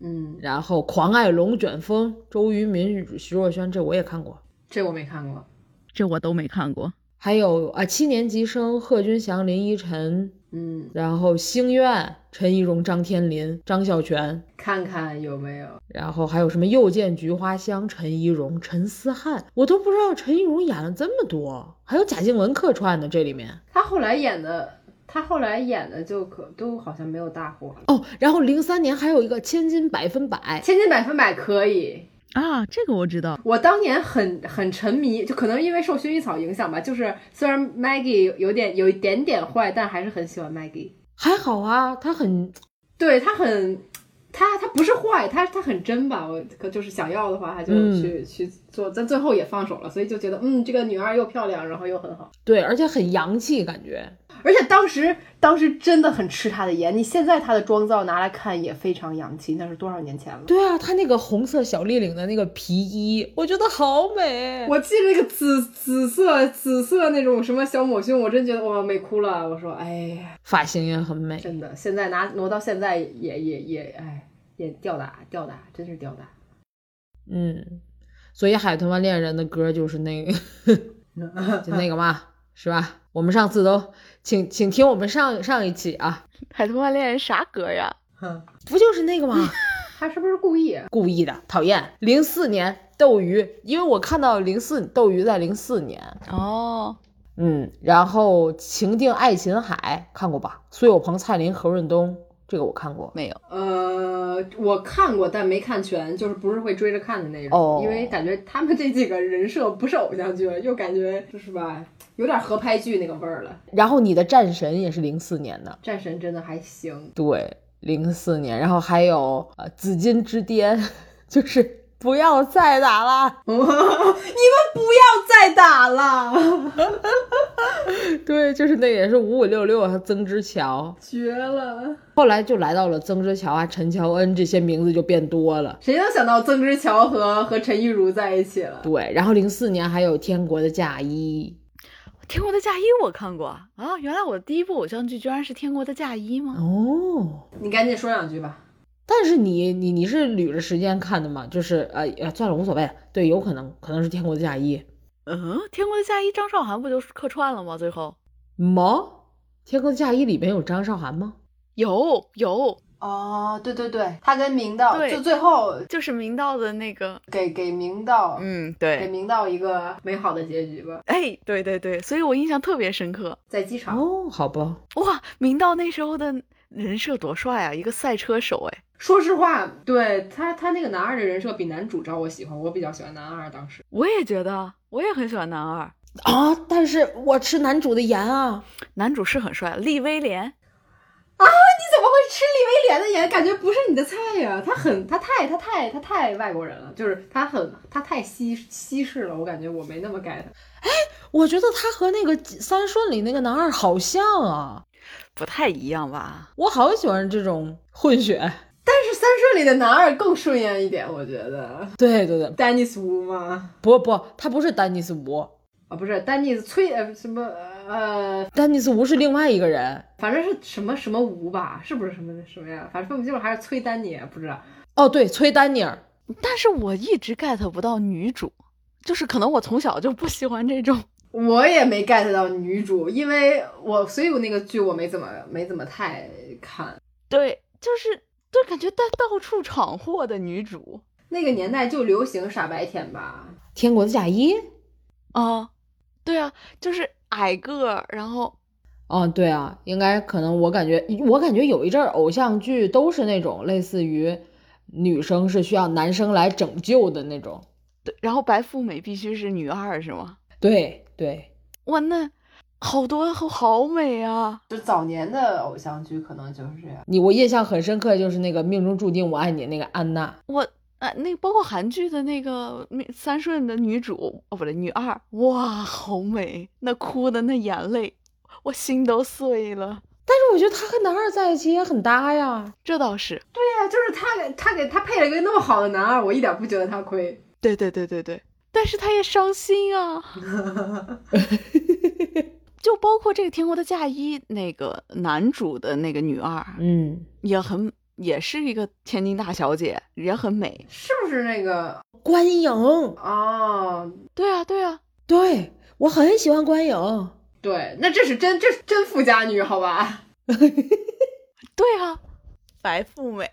B: 嗯，
A: 然后《狂爱龙卷风》，周渝民、徐若瑄，这我也看过。
B: 这我没看过。
C: 这我都没看过。
A: 还有啊，七年级生贺军翔、林依晨，
B: 嗯，
A: 然后星愿、陈怡蓉、张天林、张孝全，
B: 看看有没有。
A: 然后还有什么又见菊花香、陈怡蓉、陈思翰，我都不知道陈怡蓉演了这么多，还有贾静雯客串呢，这里面。
B: 他后来演的，他后来演的就可都好像没有大火了。
A: 哦，然后零三年还有一个《千金百分百》，
B: 千金百分百可以，
C: 啊，这个我知道，
B: 我当年很很沉迷，就可能因为受薰衣草影响吧，就是虽然 Maggie 有点有一点点坏，但还是很喜欢 Maggie。
A: 还好啊，他很
B: 对他很，他他不是坏，他他很真吧？我可就是想要的话，他就
A: 嗯
B: 去、去做，但最后也放手了，所以就觉得嗯，这个女二又漂亮，然后又很好。
A: 对，而且很洋气，感觉。
B: 而且当时当时真的很吃她的颜，你现在她的妆造拿来看也非常洋气，那是多少年前了？
A: 对啊，他那个红色小立领的那个皮衣，我觉得好美。
B: 我记得那个紫紫色紫色那种什么小抹胸，我真觉得哇美哭了。我说哎呀，
A: 发型也很美，
B: 真的，现在拿挪到现在也也也哎也吊打吊打，真是吊打。
A: 嗯，所以《海豚湾恋人》的歌就是那个，就那个嘛，是吧？我们上次都，请请听我们上上一期啊，
C: 《海豚湾恋人》啥歌呀？
A: 不就是那个吗？
B: 他是不是故意？啊
A: 故意的，讨厌。零四年斗鱼，因为我看到零四斗鱼在零四年，
C: 哦，
A: 嗯，然后《情定爱琴海》看过吧？苏有朋、蔡琳、何润东，这个我看过。
C: 没有，
B: 呃，我看过，但没看全，就是不是会追着看的那种，
A: 哦
B: 因为感觉他们这几个人设不是偶像剧，又感觉就是吧，有点合拍剧那个味儿了。
A: 然后你的战神也是零四年的，
B: 战神真的还行，
A: 对，零四年。然后还有呃紫金之巅， 就是不要再打啦。
B: 你们不要再打了，
A: 对，就是那也是五五六六和曾之乔，
B: 绝了！
A: 后来就来到了曾之乔啊、陈乔恩这些名字就变多了。
B: 谁能想到曾之乔和和陈亦儒在一起了？
A: 对，然后零四年还有《天国的嫁衣
C: 《天国的嫁衣》我看过啊，原来我的第一部偶像剧居然是《天国的嫁衣》》吗？
A: 哦。
B: 你赶紧说两句吧。
A: 但是你你你是捋着时间看的吗？就是呃呃，算了，无所谓了。对，有可能可能是《天国的嫁衣
C: 嗯，《天国的嫁衣》张韶涵不就是客串了吗？最后》
A: 吗？《天国的嫁衣》里面有张韶涵吗？
C: 有有，
B: 哦，对对对，他跟明道
C: 对
B: 就最后
C: 就是明道的那个，
B: 给给明道，
C: 嗯，
B: 给
C: 对，
B: 明道一个美好的结局吧，
C: 哎，对对对，所以我印象特别深刻。
B: 在机场。
A: 哦，好吧，
C: 哇，明道那时候的人设多帅啊，一个赛车手，哎，
B: 说实话，对他他那个男二的人设比男主招我喜欢，我比较喜欢男二当时。
C: 我也觉得，我也很喜欢男二，
A: 啊，但是我吃男主的盐啊，
C: 男主是很帅，利威廉，
B: 你怎么会吃李威廉的盐？感觉不是你的菜呀、他很他太他太他太外国人了，就是他很他太西西式了，我感觉我没那么 get。
A: 我觉得他和那个三顺里那个男二好像啊，
C: 不太一样吧？
A: 我好喜欢这种混血。
B: 但是三顺里的男二更顺眼一点，我觉得。
A: 对对对，
B: 丹尼斯吴吗？
A: 不不，他不是丹尼斯吴，
B: 啊，不是丹尼斯崔呃什么呃，
A: 丹尼斯吴是另外一个人。
B: 反正是什么什么吴吧，是不是什么什么呀？反正分不清楚，还是崔丹妮，不知道。
A: 哦，对，崔丹尼尔。
C: 但是我一直 get 不到女主，就是可能我从小就不喜欢这种。
B: 我也没 get 到女主，因为我所以我那个剧我没怎么没怎么太看。
C: 对，就是就感觉在到处闯祸的女主
B: 那个年代就流行傻白甜吧，
A: 天国的嫁衣。
C: 啊，对啊，就是矮个儿，然后
A: 哦，对啊，应该可能我感觉，我感觉有一阵儿偶像剧都是那种类似于女生是需要男生来拯救的那种。
C: 对，然后白富美必须是女二是吗？
A: 对对，
C: 哇，那好多好好美啊！
B: 就早年的偶像剧可能就是这样。
A: 你我印象很深刻，就是那个命中注定我爱你那个安娜。
C: 我啊，那包括韩剧的那个那三顺的女主哦，不对，女二，哇，好美，那哭的那眼泪，我心都碎了。
A: 但是我觉得他和男二在一起也很搭呀。
C: 这倒是，
B: 对呀、就是他给他给他配了一个那么好的男二，我一点不觉得他亏。
C: 对对对对对，但是她也伤心 啊。就包括这个《天国的嫁衣》那个男主的那个女二，
A: 嗯，
C: 也很也是一个天津大小姐，也很美。
B: 是不是那个
A: 关颖，
B: 哦？
C: 对啊，对啊，
A: 对我很喜欢关颖。
B: 对，那这是真这是真富家女好吧？
C: 对啊，白富美。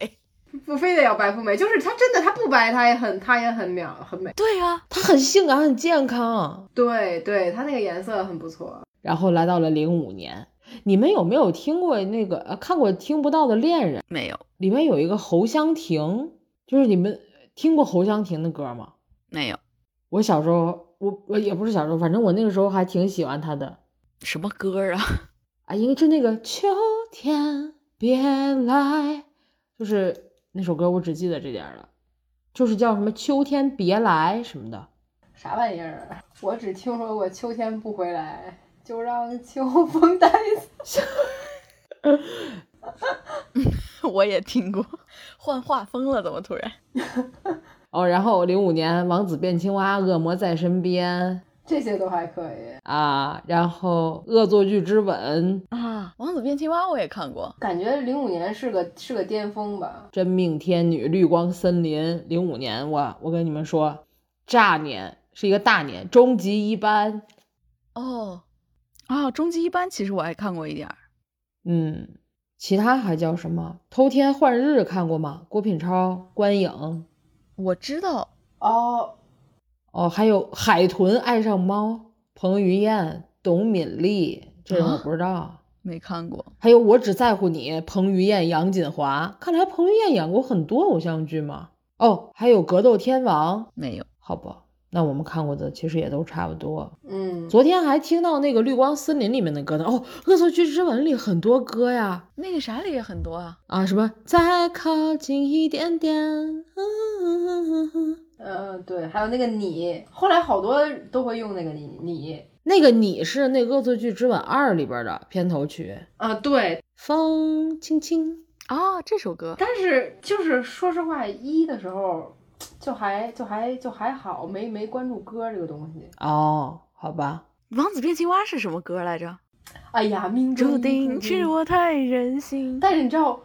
B: 不非得要白富美，就是她真的她不白，她也很她也很秒很美。
C: 对啊，
A: 她很性感，很健康。
B: 对对，她那个颜色很不错。
A: 然后来到了零五年，你们有没有听过那个呃看过《听不到的恋人》？
C: 没有
A: 里面有一个侯湘婷，就是你们听过侯湘婷的歌吗？
C: 没有，
A: 我小时候，我我也不是小时候，反正我那个时候还挺喜欢她的
C: 什么歌儿啊？
A: 啊，因为就那个秋天别来，就是那首歌，我只记得这点儿了，就是叫什么秋天别来什么的。
B: 啥玩意儿啊？我只听说过秋天不回来，就让秋风带走。
C: 我也听过，换画风了，怎么突然？
A: 哦，然后零五年王子变青蛙，恶魔在身边
B: 这些都还可以，
A: 啊，然后恶作剧之吻，
C: 啊，王子变青蛙我也看过，
B: 感觉零五年是个是个巅峰吧。
A: 真命天女，绿光森林。零五年，我我跟你们说，炸年是一个大年，终极一班。
C: 哦，啊，终极一班其实我还看过一点儿，
A: 嗯，其他还叫什么？偷天换日看过吗？郭品超、关颖，
C: 我知道，
B: 哦，
A: 哦，还有海豚爱上猫，彭于晏、董敏丽，这人我不知道。
C: 没看过，
A: 还有我只在乎你，彭于晏、杨锦华。看来彭于晏演过很多偶像剧嘛。哦，还有格斗天王，
C: 没有，
A: 好吧，那我们看过的其实也都差不多。
B: 嗯，
A: 昨天还听到那个《绿光森林》里面的歌呢。哦，《恶作剧之吻》里很多歌呀，
C: 那个啥里也很多啊，
A: 啊，什么再靠近一点点，啊嗯，
B: 嗯，对，还有那个你，后来好多都会用那个你你，
A: 那个你是那个《恶作剧之吻二》里边的片头曲，
B: 啊，对，
A: 风轻轻。
C: 啊，这首歌，
B: 但是就是说实话，一的时候就还就还就还好，没没关注歌这个东西。
A: 哦，好吧，
C: 王子变青蛙是什么歌来着？
B: 哎呀，命
C: 注
B: 中嗯
C: 定是。我太任性。
B: 但是你知道，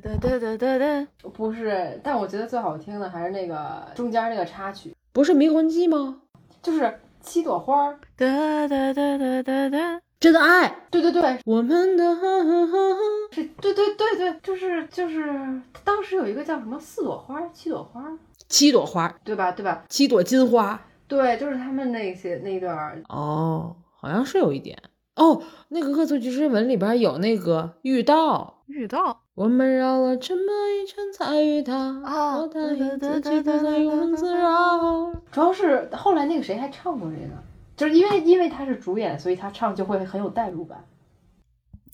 C: 哒哒哒哒哒，
B: 不是，但我觉得最好听的还是那个中间那个插曲，
A: 不是《迷魂记》吗？
B: 就是七朵花儿。
C: 哒哒哒哒哒哒，
A: 真爱，
B: 对对对，
A: 我们的
B: 对对对对，就是就是，当时有一个叫什么四朵花、七朵花，
A: 七朵花，
B: 对吧？对吧？
A: 七朵金花。
B: 对，就是他们那些那一段儿，
A: 哦，好像是有一点。哦，那个《恶作剧之吻》里边有那个遇到，
C: 遇到
A: 我们绕了这么一圈才遇到，
C: 啊
A: 我答应自己不再庸人自扰。
B: 主要是后来那个谁还唱过这个，就是因为因为他是主演，所以他唱就会很有代入感。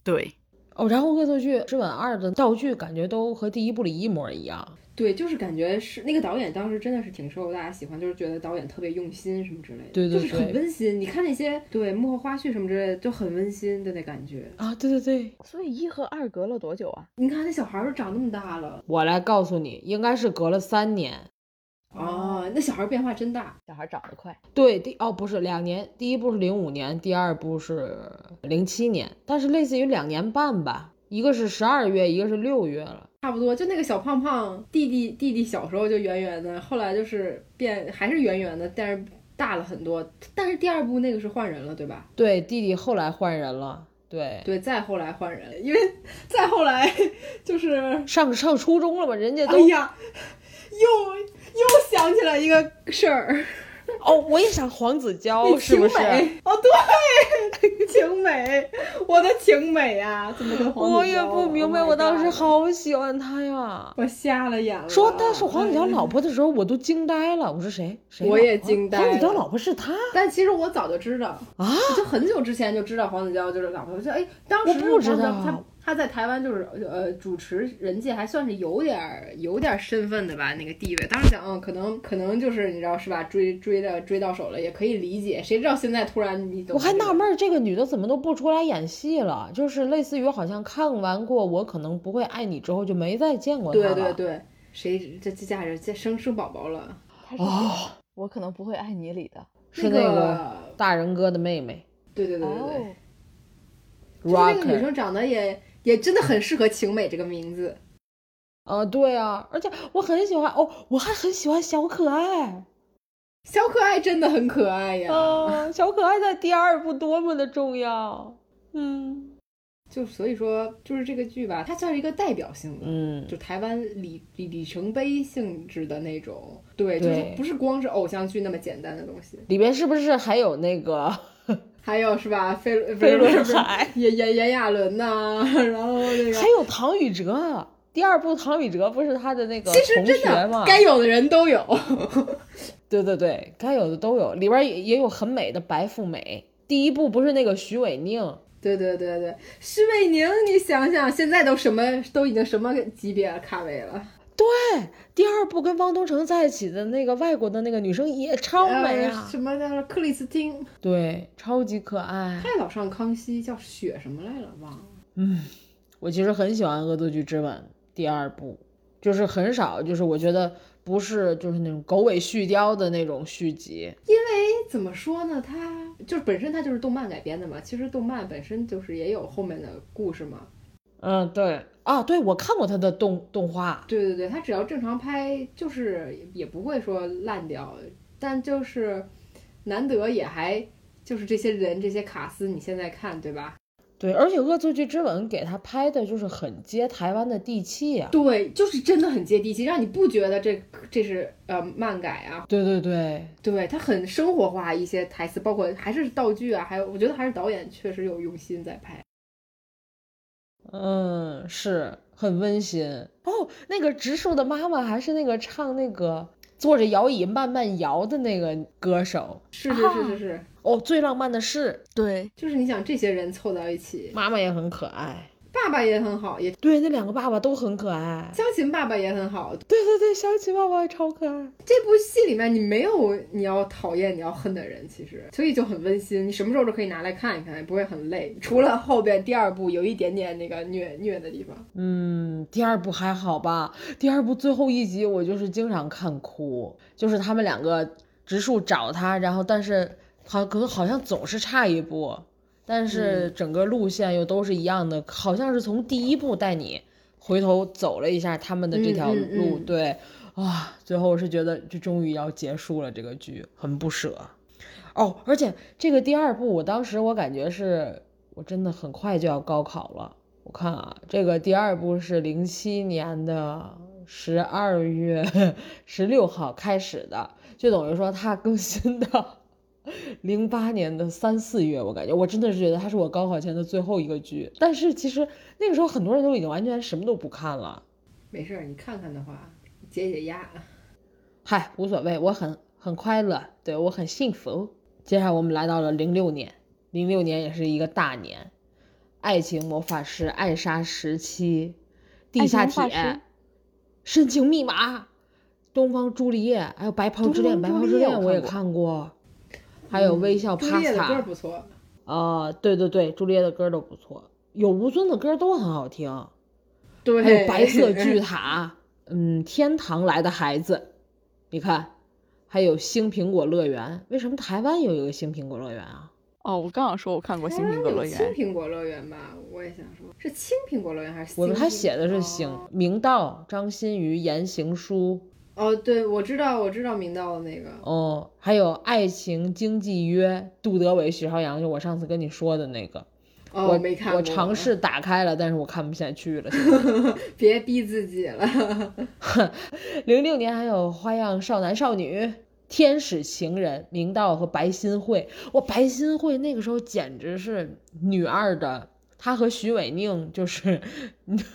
C: 对，
A: 哦，然后《恶作剧之吻二》的道具感觉都和第一部里一模一样。
B: 对，就是感觉是那个导演当时真的是挺受大家喜欢，就是觉得导演特别用心什么之类的，
A: 对对
B: 就是很
A: 对
B: 温馨。你看那些对幕后花絮什么之类的，就很温馨的那感觉。
A: 啊，对对对，
C: 所以一和二隔了多久啊？
B: 你看那小孩儿都长那么大了，
A: 我来告诉你，应该是隔了三年。
B: 哦，那小孩儿变化真大。
C: 小孩长得快，
A: 对，第哦不是两年，第一部是零五年，第二部是零七年，但是类似于两年半吧，一个是十二月，一个是六月了。
B: 差不多，就那个小胖胖弟弟，弟弟小时候就圆圆的，后来就是变还是圆圆的，但是大了很多。但是第二部那个是换人了，对吧？
A: 对，弟弟后来换人了，对，
B: 对，再后来换人，因为 再后来就是
A: 上上初中了吧，人家 都、
B: 哎呀，又又想起来一个事儿，
A: 哦，我也想黄子
B: 那
A: 佼是
B: 晴
A: 不是？啊
B: 美哦，对， 晴美，我的晴美啊，怎么跟黄子
A: 我也
B: 佼啊
A: 不明白，
B: ？Oh my
A: 我当时
B: God
A: 好喜欢他呀。
B: 我瞎了眼了。
A: 说他是黄子佼
B: 哎
A: 老婆的时候，我都惊呆了。我说谁？谁老
B: 我
A: 婆？
B: 也惊呆
A: 黄子佼
B: 了
A: 老婆是他
B: 但其实我早就知道
A: 啊！
B: 就很久之前就知道黄子佼就是老婆。我就哎，当时
A: 我不知道
B: 黄子佼他他在台湾就是呃主持人界还算是有点儿有点儿身份的吧，那个地位。当时想，嗯，可能可能就是你知道是吧？追追的追到手了，也可以理解。谁知道现在突然你懂
A: 我还
B: 这个
A: 纳闷儿，这个女的怎么都不出来演戏了？就是类似于好像看完过《我可能不会爱你》之后，就没再见过她
B: 对
A: 了。
B: 对对，谁这这家人这生生宝宝了？
C: 他是
A: 哦，
C: 我可能不会爱你里的。
A: 是
B: 那
A: 那个大人哥的妹妹
B: 对对对对对，
C: 哦，
B: 就是那个女
A: Rocker。
B: 生长得也也真的很适合晴美这个名字。
A: 啊，对啊，而且我很喜欢哦，我还很喜欢小可爱。
B: 小可爱真的很可爱呀，
A: 啊，小可爱在第二部多么的重要。嗯
B: 就所以说，就是这个剧吧，它算是一个代表性的，
A: 嗯，
B: 就台湾里里里程碑性质的那种，对，就
A: 对
B: 是不是光是偶像剧那么简单的东西。
A: 里边是不是还有那个？
B: 还有是吧，飞不是
A: 飞轮
B: 不是
A: 海
B: 不是炎炎炎亚纶呐、然后那个
A: 还。有唐禹哲，啊第二部唐禹哲不是他的那个
B: 其实
A: 同
B: 真
A: 学
B: 的
A: 吗？
B: 该有的人都有，
A: 对对对，该有的都有，里边也也有很美的白富美。第一部不是那个徐伟宁，
B: 对对对对，施魏宁，你想想，现在都什么都已经什么级别了咖位了，
A: 对，第二部跟汪东城在一起的那个外国的那个女生也超美
B: 呃，
A: 啊，
B: 什么叫克里斯汀，
A: 对，超级可爱
B: 他。也老上康熙叫雪什么来了，忘了。
A: 嗯，我其实很喜欢《恶作剧之吻》第二部，就是很少，就是我觉得不是就是那种狗尾续貂的那种续集。
B: 怎么说呢？它就是本身它就是动漫改编的嘛。其实动漫本身就是也有后面的故事嘛。
A: 嗯，对啊，对我看过他的动动画，
B: 对对对，它只要正常拍，就是也不会说烂掉。但就是难得也还就是这些人这些卡司，你现在看对吧？
A: 对，而且《恶作剧之吻》给他拍的就是很接台湾的地气啊呀、
B: 对，就是真的很接地气，让你不觉得这这是呃漫改啊。
A: 对对对，
B: 对，它很生活化一些台词，包括还是道具啊，还有我觉得还是导演确实有用心在拍。
A: 嗯，是很温馨。哦，那个植树的妈妈还是那个唱那个坐着摇椅慢慢摇的那个歌手。
B: 是是是是是，
A: 哦，最浪漫的事，
C: 对，
B: 就是你想这些人凑到一起，
A: 妈妈也很可爱。
B: 爸爸也很好，也
A: 对，那两个爸爸都很可爱。
B: 湘琴爸爸也很好。
A: 对对对，小启爸爸超可爱。
B: 这部戏里面你没有你要讨厌、你要恨的人，其实所以就很温馨，你什么时候都可以拿来看一看，也不会很累。除了后边第二部有一点点那个虐虐的地方，
A: 嗯，第二部还好吧？第二部最后一集我就是经常看哭，就是他们两个植树找他，然后但是好可能好像总是差一步，但是整个路线又都是一样的，好像是从第一步带你回头走了一下他们的这
B: 嗯
A: 条路，
B: 嗯嗯
A: 对，啊，最后是觉得这终于要结束了这个剧，很不舍。哦，而且这个第二部，我当时我感觉是我真的很快就要高考了。我看啊，这个第二部是零七年的十二月十六号开始的，就等于说它更新到 零八年的三四月。我感觉我真的是觉得它是我高考前的最后一个剧，但是其实那个时候很多人都已经完全什么都不看了。
B: 没事儿，你看看的话，解解压。
A: 嗨，无所谓，我很很快乐，对我很幸福。接下来我们来到了零六年，零六年也是一个大年，爱情魔法师艾莎时期，地下
C: 爱情魔法师
A: 铁，深情密码，东方朱丽叶，还有白袍之恋，
C: 东
A: 白
C: 方
A: 袍
C: 朱
A: 之
C: 丽叶
A: 恋
C: 我
A: 我也
C: 看过嗯
A: 看过，还有微笑
B: 朱
A: 帕
B: 丽叶的歌
A: 卡，
B: 不错，
A: 啊，对对对，朱丽叶的歌都不错，有吴尊的歌都很好听，
B: 对，
A: 还有白色巨塔，嗯，天堂来的孩子，你看，还有星苹果乐园，为什么台湾有一个星苹果乐园啊？
C: 哦，我刚想说我看过《
B: 台
C: 新
B: 湾
C: 苹果乐
B: 有青
C: 园》，
B: 苹果乐园吧？我也想说，是青苹果乐园还是星苹？
A: 我们他写的是星
B: 哦
A: 明道、张馨予、言行书，
B: 哦，对，我知道，我知道明道的那个，
A: 哦，还有爱情经济约，杜德伟、许绍洋，就我上次跟你说的那个，
B: 哦，
A: 我
B: 没看过，
A: 我尝试打开了，但是我看不下去了。现在
B: 别逼自己了。
A: 零六年还有《花样少男少女》《天使情人》明道和白新慧，我白新慧那个时候简直是女二的，她和徐伟宁就是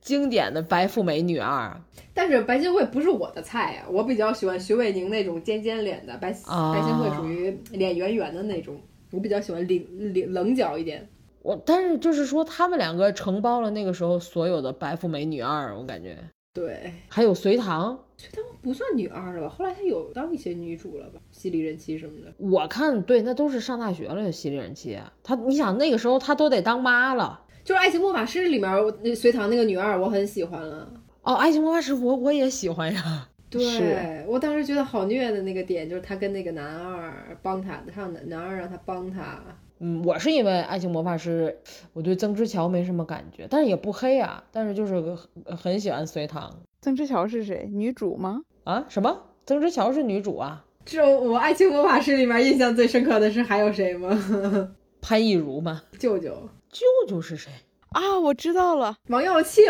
A: 经典的白富美女二。
B: 但是白新慧不是我的菜呀、我比较喜欢徐伟宁那种尖尖脸的，白、
A: 啊
B: 白新慧属于脸圆圆的那种，我比较喜欢棱棱棱角一点。
A: 我但是就是说，他们两个承包了那个时候所有的白富美女二，我感觉
B: 对，
A: 还有隋唐。
B: 她不算女二了吧？后来她有当一些女主了吧？犀利人妻什么的。
A: 我看对，那都是上大学了的犀利人妻，她你想那个时候她都得当妈了。
B: 就是《爱情魔法师》里面，我那隋唐那个女二，我很喜欢了。
A: 哦，爱情魔法师我我也喜欢呀。
B: 对，我当时觉得好虐的那个点，就是她跟那个男二帮她，让男男二让她帮她。
A: 嗯，我是因为《爱情魔法师》，我对曾之乔没什么感觉，但是也不黑啊，但是就是个很呃很喜欢隋唐
C: 曾之乔是谁？女主吗？
A: 啊。什么？曾之乔是女主啊？
B: 这我《爱情魔法师》里面印象最深刻的是还有谁吗？
A: 潘亦如吗？
B: 舅舅
A: 舅舅是谁？
C: 啊，我知道了，
B: 王耀庆，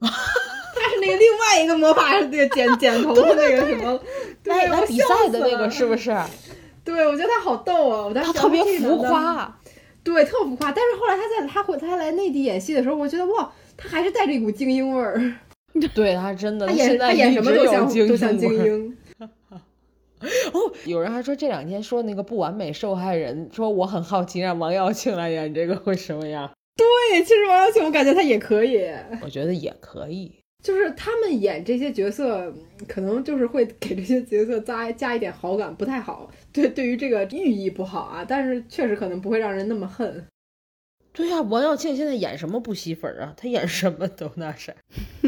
B: 他是那个另外一个魔法那个剪剪头的那个什么，对
A: 来
B: 我
A: 来比
B: 笑
A: 赛
B: 死
A: 的那个
B: 了
A: 是不 是？
B: 对，我觉得他好逗啊！我当时
A: 他
B: 想
A: 特别
B: 这个
A: 浮
B: 男的
A: 夸，啊
B: 对，特浮夸。但是后来他在他回他来内地演戏的时候，我觉得哇，他还是带着一股精英味儿。
A: 对他真的，
B: 他
A: 嗯
B: 演
A: 现
B: 他
A: 在
B: 演什么
A: 一直
B: 都
A: 有
B: 像
A: 精
B: 都像
A: 英
B: 精
A: 味儿
B: 英。
A: 哦，有人还说这两天说那个不完美受害人，说我很好奇让王耀庆来演这个 会什么样？
B: 对，其实王耀庆我感觉他也可以，
A: 我觉得也可以。
B: 就是他们演这些角色，可能就是会给这些角色加加一点好感，不太好。对，对于这个寓意不好啊，但是确实可能不会让人那么恨。
A: 对呀、王耀庆现在演什么不吸粉啊？他演什么都那啥。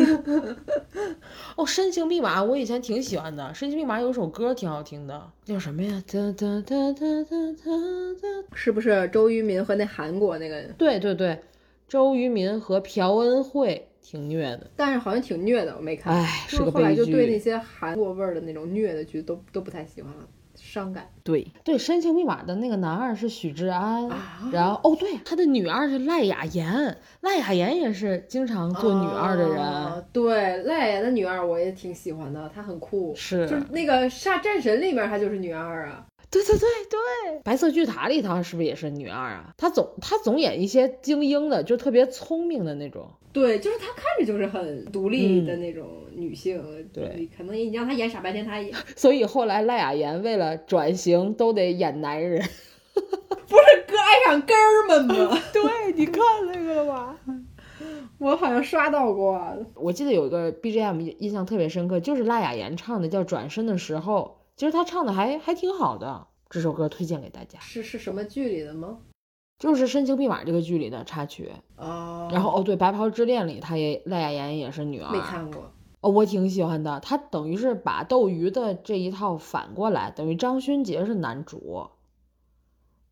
A: 哦，《深情密码》我以前挺喜欢的，《深情密码》有首歌挺好听的，叫什么呀？哒哒哒哒哒哒哒。
B: 是不是周渝民和那韩国那个？
A: 对对对，周渝民和朴恩惠挺虐的。
B: 但是好像挺虐的，我没看。
A: 唉
B: 就是
A: 哎个
B: 后来
A: 悲
B: 就对
A: 剧
B: 那些韩国味儿的那种虐的剧都都不太喜欢了，伤感。
C: 对，
A: 对，《深情密码》的那个男二是许志安，
B: 啊
A: 然后哦，对，他的女二是赖雅妍，赖雅妍也是经常做女二的人。
B: 啊对，赖妍的女二我也挺喜欢的，她很酷，
A: 是
B: 就是那个《杀战神》里面她就是女二啊。
A: 对对对对，白色巨塔里她是不是也是女二啊？她总她总演一些精英的，就特别聪明的那种。
B: 对，就是她看着就是很独立的
A: 嗯
B: 那种女性，
A: 对，
B: 可能你让她演傻白甜，她也
A: 所以后来赖雅妍为了转型，都得演男人。
B: 不是哥爱上根儿们吗？
A: 对，你看那个了吧？
B: 我好像刷到过，啊
A: 我记得有一个 BGM 印象特别深刻，就是赖雅妍唱的，叫《转身的时候》，其实她唱的还还挺好的。这首歌推荐给大家，
B: 是是什么剧里的吗？
A: 就是《深情密码》这个剧里的插曲。
B: 哦，
A: 然后哦，对，《白袍之恋》里她也赖雅妍也是女二。
B: 没看过。
A: 哦，我挺喜欢的。他等于是把斗鱼的这一套反过来，等于张勋杰是男主，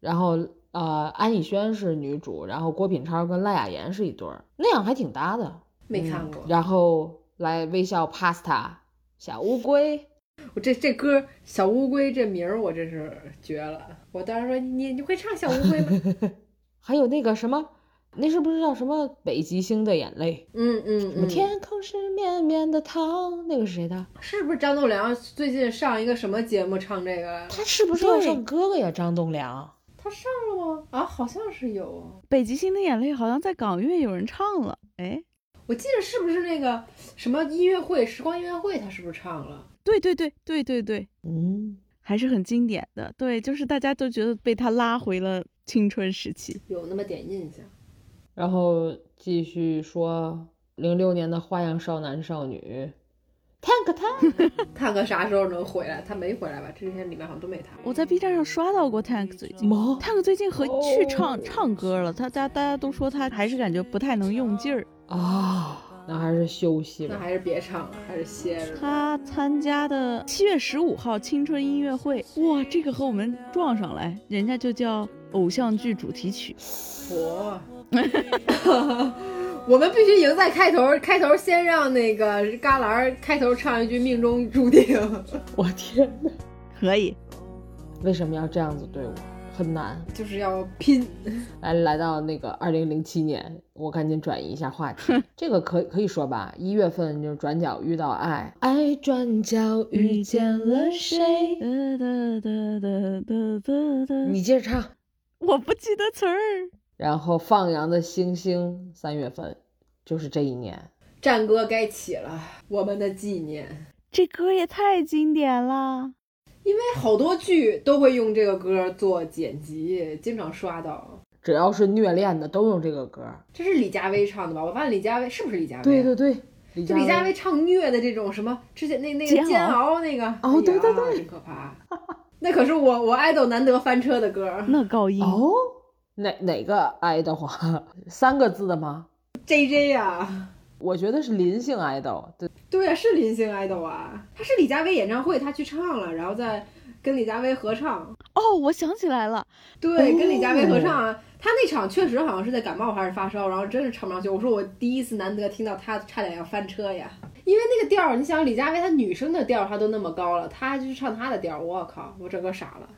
A: 然后呃安以轩是女主，然后郭品超跟赖雅妍是一对儿，那样还挺搭的。
B: 没
A: 嗯
B: 看过，
A: 然后来微笑 Pasta 小乌龟，
B: 我这这歌《小乌龟》这名儿我 真是绝了！我当时说你你会唱小乌龟吗？
A: 还有那个什么那是不是叫什么《北极星的眼泪》？
B: 嗯嗯
A: 什么
B: 嗯，哦
A: 天空是绵绵的糖，那个是谁的？
B: 是不是张栋梁最近上一个什么节目唱这个？
A: 他是不是要
C: 对
A: 上哥哥呀？张栋梁，
B: 他上了吗？啊，好像是有啊。
C: 《北极星的眼泪》好像在港乐有人唱了，哎，
B: 我记得是不是那个什么音乐会、时光音乐会，他是不是唱了？
C: 对对对对对对，
A: 嗯，
C: 还是很经典的。对，就是大家都觉得被他拉回了青春时期。
B: 有那么点印象。
A: 然后继续说零六年的《花样少男少女》，Tank Tank，
B: 探哥啥时候能回来？他没回来吧？这些天里面好像都没他。
C: 我在 B 站上刷到过 Tank 最近
A: 毛
C: ，Tank 最近和去唱
A: 哦
C: 唱歌了，他大大家都说他还是感觉不太能用劲儿。
A: 啊，那还是休息
B: 那
A: 吧。
B: 还是别唱了，还是歇着吧。
C: 他参加的七月十五号青春音乐会，哇，这个和我们撞上来，人家就叫偶像剧主题曲。
B: 佛，我们必须赢在开头，开头先让那个旮旯儿开头唱一句“命中注定
A: 我天哪，
C: 可以，
A: 为什么要这样子对我？很难。”，
B: 就是要拼。
A: 来来到那个二零零七年，我赶紧转移一下话题，这个可可以说吧。一月份就转角遇到爱，爱转角遇见了谁？
C: 哒哒哒哒哒哒哒，
A: 你接着唱。
C: 我不记得词儿。
A: 然后放羊的星星，三月份，就是这一年。
B: 战歌该起了，我们的纪念。
C: 这歌也太经典啦！
B: 因为好多剧都会用这个歌做剪辑，经常刷到。
A: 只要是虐恋的都用这个歌。
B: 这是李佳薇唱的吧？我问李佳薇是不是李佳薇啊？
A: 对对对，李
B: 就
A: 佳
B: 李佳
A: 薇
B: 薇唱虐的这种什么，之前那那个
C: 煎熬
B: 煎熬那个，
A: 哦对对
B: 哎呀
A: 对
B: 真可怕。那可是我我爱豆难得翻车的歌
C: 那高音，
A: 哦，哪哪个爱豆啊？ 三个字的吗？
B: ，J J 啊，
A: 我觉得是林姓爱豆。对，
B: 对啊，是林星爱豆啊，他是李佳薇演唱会他去唱了，然后再跟李佳薇合唱，
C: 哦，我想起来了，
B: 对，跟李佳薇合唱啊。他那场确实好像是在感冒还是发烧，然后真是唱不上去。我说我第一次难得听到他差点要翻车呀，因为那个调儿，你想李佳薇她女生的调儿她都那么高了，她就是唱她的调儿，我靠，我整个傻了。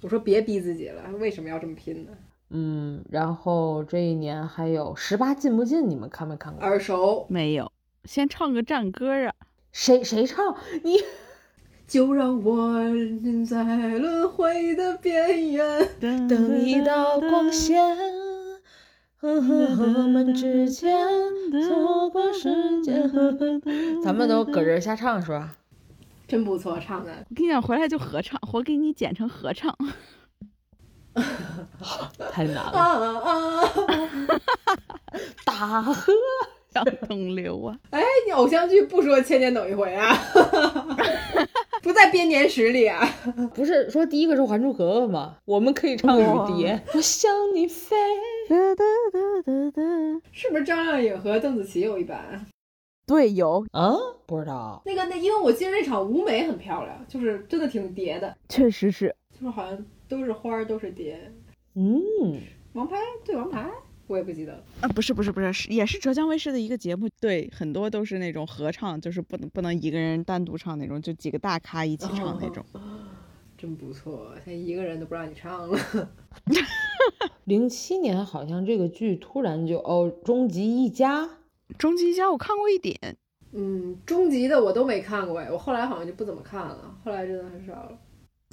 B: 我说别逼自己了，为什么要这么拼呢？
A: 嗯，然后这一年还有《十八禁不禁》，你们看没看过？
B: 耳熟，
C: 没有，先唱个战歌啊！
A: 谁谁唱？你
B: 就让我人在轮回的边缘。
A: 等一道光线。 和我们之间错过时间，呵呵咱们都搁这儿瞎唱是吧？
B: 真不错，唱的
C: 我跟你讲，回来就合唱，我给你剪成合唱。
A: 太难了
B: 啊。啊！
A: 大河
C: 让东流啊！
B: 哎，你偶像剧不说千年等一回啊，不在编年史里啊。
A: 不是说第一个是《还珠格格》吗？我们可以唱
C: 哇
A: 雨蝶，我向你飞。
C: 哒哒哒哒哒。
B: 是不是张靓颖和邓紫棋有一版？ 啊
C: 对，有，
A: 啊，不知道。
B: 那个那，因为我记得那场舞美很漂亮，就是真的挺叠的，
C: 确实是。
B: 就是好像都是花儿都是蝶。
A: 嗯，
B: 王牌对王牌，我也不记得了。
C: 啊，不是不是不是，是也是浙江卫视的一个节目，对，很多都是那种合唱，就是不能不能一个人单独唱那种，就几个大咖一起唱那种。
B: 哦真不错，他一个人都不让你唱了。
A: 零七年好像这个剧突然就哦，《终极一家》
C: 终极一家我看过一点，
B: 嗯，终极的我都没看过哎，我后来好像就不怎么看了，后来真的很少了。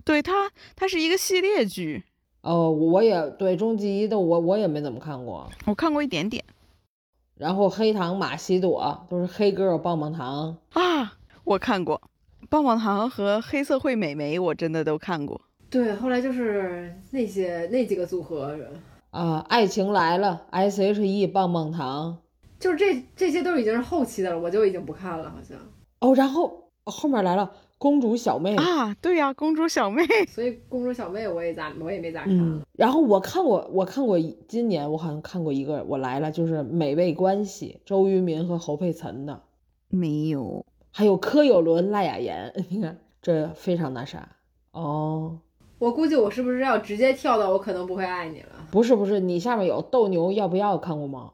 C: 对它它是一个系列剧，
A: 哦，我也对《终极一》的我我也没怎么看过。
C: 我看过一点点
A: 然后黑糖玛奇朵都是黑 girl 棒棒糖，
C: 啊，我看过。棒棒糖和黑涩会美眉，我真的都看过。
B: 对，后来就是那些那几个组合，
A: 啊，爱情来了，S.H.E 棒棒糖。
B: 就是这这些都已经是后期的了，我就已经不看了，好像。
A: 哦，然后、哦后面来了公主小
B: 哦
A: 妹。
C: 啊，对呀、公主小妹，
B: 所以公主小妹我也咋我也没咋看。
A: 嗯，然后我看过，我看过一今年我好像看过一个，我来了，就是《美味关系》，周渝民和侯佩岑的，
C: 没有。
A: 还有柯有伦、赖雅妍， 你看这非常那啥哦，
B: 我估计我是不是要直接跳到我可能不会爱你了？
A: 不是不是，你下面有斗牛要不要看过吗？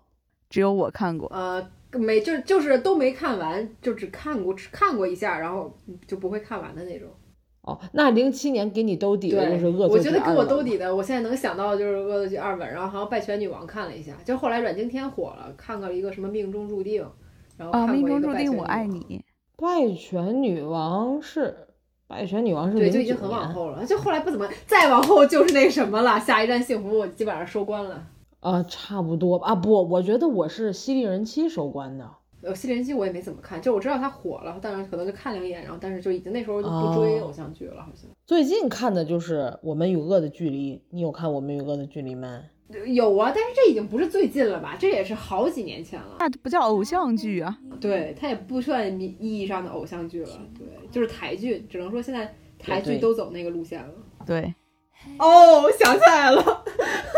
C: 只有我看过。
B: 呃，没就就是都没看完，就只看过只看过一下，然后就不会看完的那种。
A: 哦，那零七年给你兜底的就是
B: 对，
A: 《恶作
B: 我
A: 剧
B: 觉
A: 二
B: 得
A: 吻》
B: 给我兜底的，我现在能想到的就是《恶作剧二吻》，然后还有《拜权女王》看了一下，就后来阮经天火了，看过一个什么《命中注定》，然后
E: 啊，
B: 看过一
E: 命
B: 个《
E: 中注
B: 拜权
E: 定
B: 女
E: 我
B: 王
E: 爱 你，
A: 拜权女王是拜权女王是
B: 对，
A: 零
B: 就
A: 九
B: 已经
A: 年
B: 很往后了，就后来不怎么，再往后就是那什么了，下一站幸福我基本上收官了。
A: 啊，差不多吧啊不，我觉得我是犀利人妻收官的。
B: 呃，西林记我也没怎么看，就我知道他火了，但是可能就看两眼，然后但是就已经那时候就不追
A: 哦
B: 偶像剧了，好像。
A: 最近看的就是《我们与恶的距离》，你有看《我们与恶的距离》吗？
B: 有啊，但是这已经不是最近了吧？这也是好几年前了。
E: 那不叫偶像剧啊。
B: 对，它也不算意义上的偶像剧了，对，就是台剧，只能说现在台
A: 对
B: 剧
A: 对
B: 都走那个路线了。
E: 对，
B: 哦，想起来了，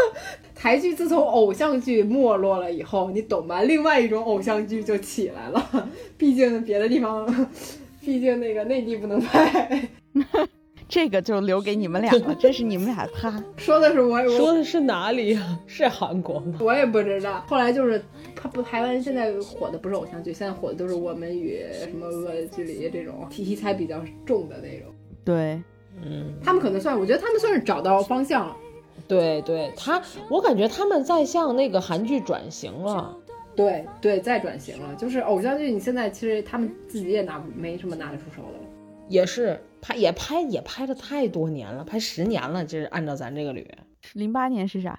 B: 台剧自从偶像剧没落了以后，你懂吗？另外一种偶像剧就起来了，毕竟别的地方，毕竟那个内地不能拍。
E: 这个就留给你们俩 了，这是你们俩啪。
B: 说的是我，我
A: 说的是哪里呀、 是韩国吗？
B: 我也不知道。后来就是他不台湾现在火的不是偶像剧，现在火的都是我们与什么恶的距离这种题材比较重的那种。
E: 对，
A: 嗯，
B: 他们可能算，我觉得他们算是找到方向了。
A: 对对，他我感觉他们在向那个韩剧转型了。
B: 对对，再转型了，就是偶像剧，你现在其实他们自己也拿没什么拿得出手的了。
A: 也是拍也拍也拍了太多年了，拍十年了，这是按照咱这个捋。
E: 零八年是啥？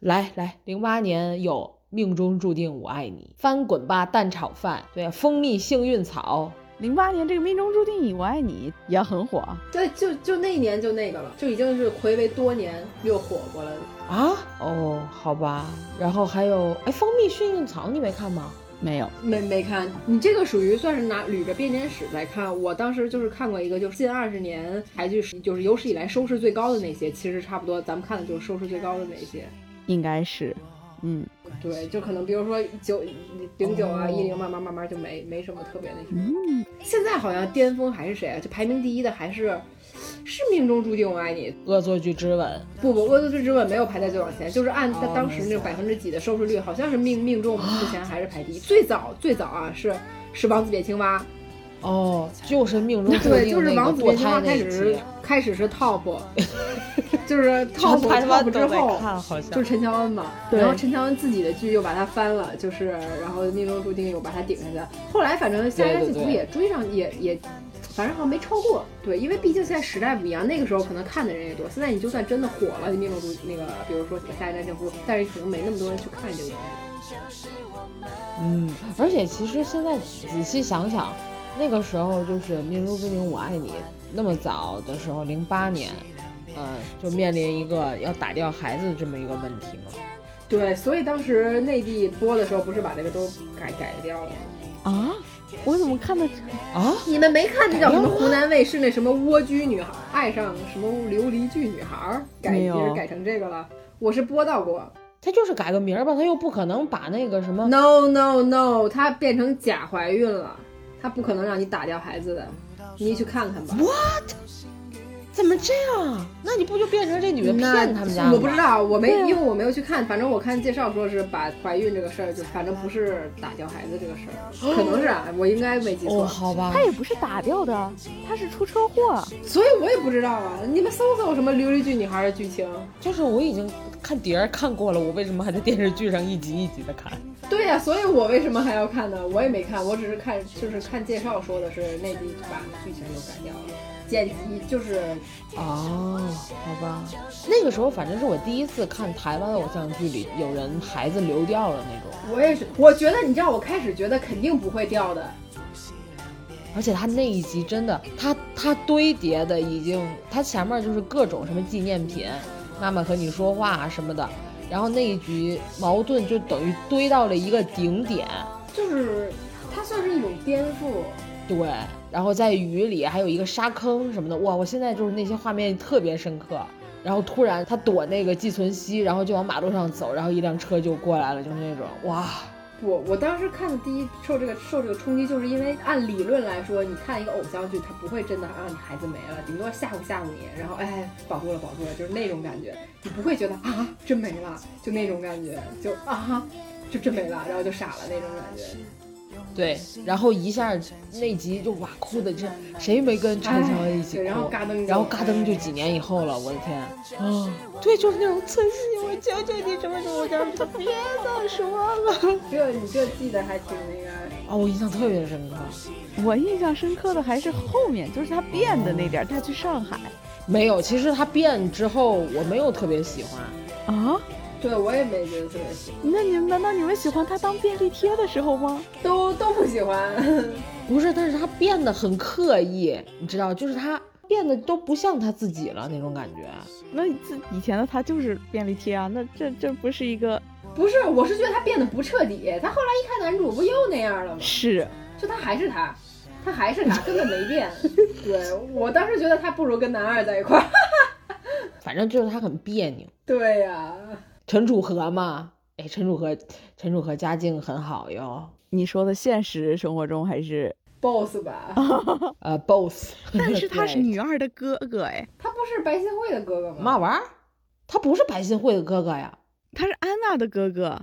A: 来来，零八年有《命中注定我爱你》，翻滚吧蛋炒饭，对，蜂蜜幸运草，
E: 零八年这个《命中注定我爱你》也很火啊。
B: 对，就就那一年就那个了，就已经是暌违多年又火过了。
A: 啊，哦，好吧，然后还有，哎，蜂蜜幸运草你没看吗？
E: 没有，
B: 没没看，你这个属于算是拿捋着编年史在看。我当时就是看过一个，就是近二十年台剧史就是有史以来收视最高的那些，其实差不多咱们看的就是收视最高的那些。
E: 应该是，嗯，
B: 对，就可能比如说九零九啊、
A: 哦
B: 一零，慢慢慢慢就没没什么特别那什么。
E: 嗯，
B: 现在好像巅峰还是谁啊？就排名第一的还是是命中注定我爱你。
A: 恶作剧之吻，
B: 不不，恶作剧之吻没有排在最往前，就是按他当时那个百分之几的收视率，好像是命命中之前还是排第一。最早最早啊是是王子变青蛙，
A: 哦，就是命中注
B: 对，
A: 定
B: 就是
A: 那个
B: 王子
A: 堕
B: 变青
A: 胎
B: 蛙
A: 那
B: 开
A: 一
B: 始
A: 集，
B: 开始是 top，就是 top
A: 全他妈
B: top 之
A: 都在
B: 后。
A: 看，好像
B: 就是陈乔恩嘛，
E: 对
B: 然后陈乔恩自己的剧又把它翻了，就是然后命中注定又把它顶下去。后来反正夏
A: 对
B: 家
A: 对
B: 幸福
A: 对
B: 也追上，也也，反正好像没超过。对，因为毕竟现在时代不一样，那个时候可能看的人也多。现在你就算真的火了，你命中注那个，比如说夏家幸福，但是可能没那么多人去看这个。
A: 嗯，而且其实现在仔细想想，那个时候就是《命中注定我爱你》那么早的时候，零八年，呃，就面临一个要打掉孩子这么一个问题嘛。
B: 对，所以当时内地播的时候，不是把这个都改改掉了吗？
E: 啊，我怎么看的？
A: 啊，
B: 你们没看那叫什么湖南卫视那什么蜗居女孩爱上什么琉璃剧女孩儿改
E: 没
B: 也
E: 有
B: 是改成这个了？我是播到过
A: 他就是改个名儿吧，他又不可能把那个什么，
B: ，no no no，她变成假怀孕了，她不可能让你打掉孩子的，你去看看吧。
A: 怎么这样？那你不就变成这女的
B: 那
A: 骗他们家了吗？
B: 我不知道，我没、因为我没有去看，反正我看介绍说是把怀孕这个事儿，就反正不是打掉孩子这个事儿，可能是啊，我应该没记错。
A: 哦，好吧
E: 他，也不是打掉的，他是出车祸。
B: 所以我也不知道啊，你们搜搜什么琉璃剧女孩的剧情。
A: 就是我已经看碟儿看过了，我为什么还在电视剧上一集一集的看？
B: 对呀、所以我为什么还要看呢？我也没看，我只是看，就是看介绍说的是内地把剧情都改掉了，剪辑就是
A: 哦，好吧，那个时候反正是我第一次看台湾偶像剧里有人孩子流掉了那种，
B: 我也是，我觉得你知道，我开始觉得肯定不会掉的，
A: 而且他那一集真的，他他堆叠的已经，他前面就是各种什么纪念品，妈妈和你说话啊什么的，然后那一局矛盾就等于堆到了一个顶点，
B: 就是它算是一种颠覆。
A: 对，然后在雨里还有一个沙坑什么的，哇！我现在就是那些画面特别深刻。然后突然他躲那个寄存息，然后就往马路上走，然后一辆车就过来了，就是那种哇，
B: 我我当时看的第一受这个受这个冲击，就是因为按理论来说，你看一个偶像剧，它不会真的让你孩子没了，顶多吓唬吓唬你，然后哎保住了保住了，就是那种感觉，你不会觉得啊真没了，就那种感觉，就啊就真没了，然后就傻了那种感觉。
A: 对，然后一下那集就哇哭的这谁没跟陈乔恩一起
B: 哎对
A: 哭？
B: 然后嘎噔就
A: 然后嘎噔就几年以后了，我的天！啊，对，就是那种村西，我求求你什么什么，我告诉他别再说了。
B: 这你这记得还挺那个。
A: 啊，我印象特别深刻。
C: 我印象深刻的还是后面，就是他变的那点儿，他去上海
A: 没有，其实他变之后我没有特别喜欢，
C: 啊。
B: 对，我也没觉得特别喜欢，
C: 那你们难道你们喜欢他当便利贴的时候吗？
B: 都都不喜欢。
A: 不是，但是他变得很刻意，你知道，就是他变得都不像他自己了那种感觉。
C: 那这以前的他就是便利贴啊，那这这不是一个
B: 不是，我是觉得他变得不彻底。他后来一看男主不又那样了吗？
C: 是
B: 就他还是他，他还是他，根本没变。对我当时觉得他不如跟男二在一块儿。
A: 反正就是他很别扭。
B: 对呀、
A: 陈楚河嘛，哎，陈楚河，陈楚河家境很好哟。
C: 你说的现实生活中还是？
B: b o s s 吧，
A: 呃，boss，
C: 但是他是
A: 对
C: 女二的哥哥哎，
B: 他不是白新慧的哥哥吗？
A: 嘛玩意儿？他不是白新慧的哥哥呀，
C: 他是安娜的哥哥。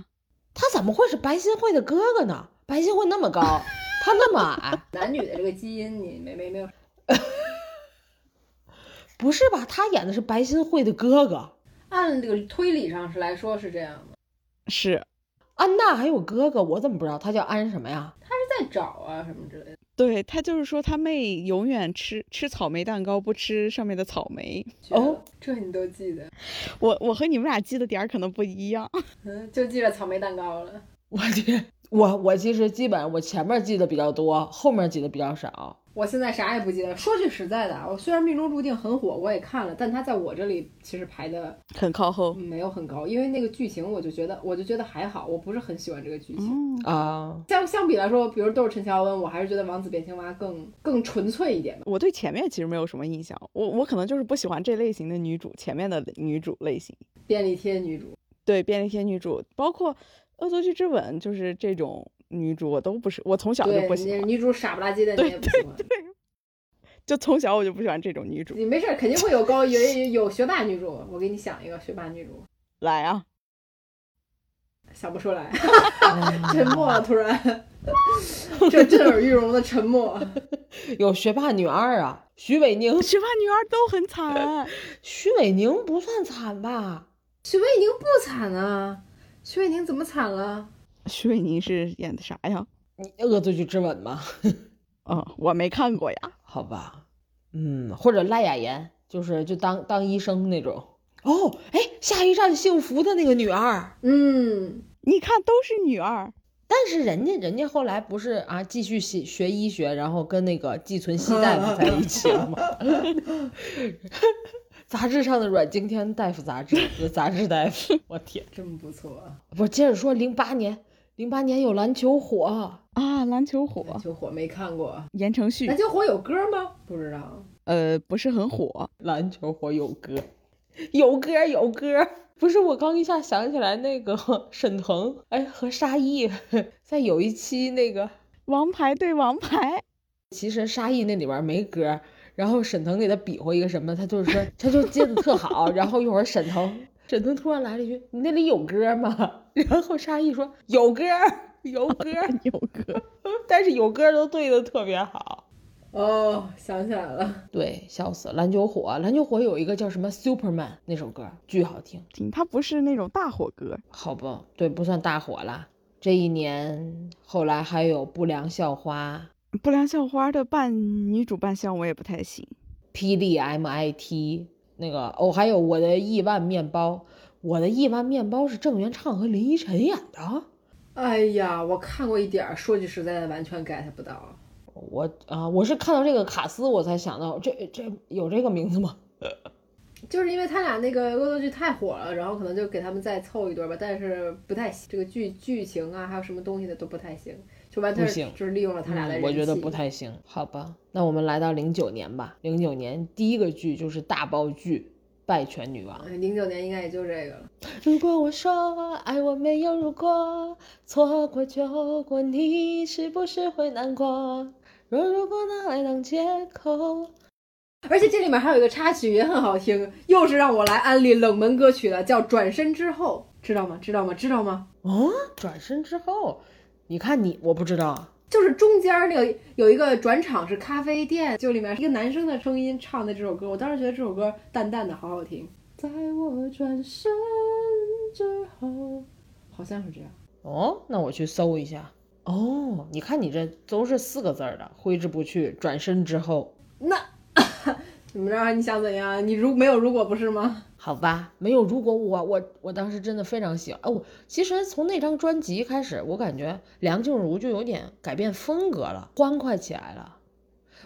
A: 他怎么会是白新慧的哥哥呢？白新慧那么高，他那么矮，
B: 男女的这个基因你没没没有
A: 不是吧？他演的是白新慧的哥哥，
B: 按这个推理上是来说是这样的，
C: 是
A: 安娜还有哥哥，我怎么不知道他叫安什么呀？
B: 他是在找啊什么之类的。
C: 对他就是说他妹永远吃吃草莓蛋糕，不吃上面的草莓。
B: 觉得
A: 哦，
B: 这你都记得，
C: 我我和你们俩记的点儿可能不一样。
B: 嗯，就记着草莓蛋糕了。
A: 我天，我我其实基本上我前面记得比较多，后面记得比较少。
B: 我现在啥也不记得。说句实在的啊，我虽然《命中注定》很火，我也看了，但它在我这里其实排的
C: 很靠后。
B: 没有很高，因为那个剧情我就觉得我就觉得还好，我不是很喜欢这个剧情。
C: 嗯，
A: 啊，
B: 相相比来说，比如都是陈乔恩，我还是觉得王子变青蛙更更纯粹一点吧。
C: 我对前面其实没有什么印象，我我可能就是不喜欢这类型的女主，前面的女主类型。
B: 便利贴女主，
C: 对便利贴女主，包括《恶作剧之吻》，就是这种女主我都不是，我从小就
B: 对，
C: 不喜
B: 那
C: 欢，
B: 女主傻不拉几的你也不喜欢。
C: 就从小我就不喜欢这种女主。
B: 你没事儿，肯定会有高有有学霸女主，我给你想一个学霸女主，
C: 来啊，
B: 想不出来，
A: 哎
B: 沉默了，突然， 这震耳欲聋的沉默。
A: 有学霸女二啊，徐伟 宁，
C: 学霸女儿都 很惨，
A: 徐伟宁不算惨吧？
B: 徐伟宁不惨啊，徐伟宁怎么惨了？
C: 徐伟宁是演的啥呀？
A: 你恶作剧之吻吗？
C: 嗯，我没看过呀。
A: 好吧，嗯，或者赖雅妍，就是就当当医生那种。哦，哎，下一站幸福的那个女二，
B: 嗯，
C: 你看，都是女二，
A: 但是人家人家后来不是啊，继续学学医学，然后跟那个寄存西大夫在一起了吗？ 杂志上的阮经天大夫杂志，呃杂志大夫，我天！
B: 真不错，
A: 不，接着说，零八年，零八年有篮球火，
C: 啊，篮球
B: 篮
C: 火，
B: 球火没看过，
C: 言承旭
B: 篮，球火有歌吗？不知道，
C: 呃，不是很火。
A: 篮球火有歌，有歌有歌。不是，我刚一下想起来那个沈腾，哎，和沙溢 在有一期那个，
C: 王牌对王牌，
A: 其实沙溢那里边没歌，然后沈腾给他比划一个什么，他就是说他就接的特好，然后一会儿沈腾沈腾突然来了一句：“你那里有歌吗？”然后沙溢说：“有歌，有歌。
C: 有歌，”
A: 但是有歌都对的特别好。
B: 哦，想起来了，
A: 对，笑死！篮球火，篮球火有一个叫什么 Superman 那首歌，巨好听。
C: 他不是那种大火歌，
A: 好吧，对，不算大火啦。这一年后来还有不良校花、
C: 不良校花的扮女主扮相我也不太行。
A: 霹雳 MIT 那个哦，还有我的亿万面包。我的亿万面包是郑元畅和林依晨演的。
B: 哎呀，我看过一点儿，说句实在的，完全 get 不到。
A: 我啊，我是看到这个卡斯我才想到这这有这个名字吗？
B: 就是因为他俩那个恶作剧太火了，然后可能就给他们再凑一对儿吧，但是不太行，这个剧剧情啊，还有什么东西的都不太行，就完全
A: 不
B: 是
A: 行
B: 就是利用了他俩的
A: 嗯
B: 人气。
A: 我觉得不太行。好吧，那我们来到零九年吧。零九年第一个剧就是大爆剧《拜权女王》。
B: 嗯零九年应该也就这个了。
A: 如果我说爱我没有如果，错过就过，你是不是会难过？若如果拿来当借口，
B: 而且这里面还有一个插曲也很好听，又是让我来安利冷门歌曲了，叫《转身之后》，知道吗？知道吗？知道吗？
A: 啊，转身之后，你看你，我不知道啊，
B: 就是中间儿那个有一个转场是咖啡店，就里面一个男生的声音唱的这首歌，我当时觉得这首歌淡淡的，好好听。在我转身之后，好像是这样。
A: 哦，那我去搜一下。哦，你看你这都是四个字儿的，挥之不去，转身之后。
B: 怎么着？你想怎样？你如没有如果不是吗？
A: 好吧，没有。如果我我我当时真的非常喜欢，哎、我其实从那张专辑开始，我感觉梁静茹就有点改变风格了，欢快起来了。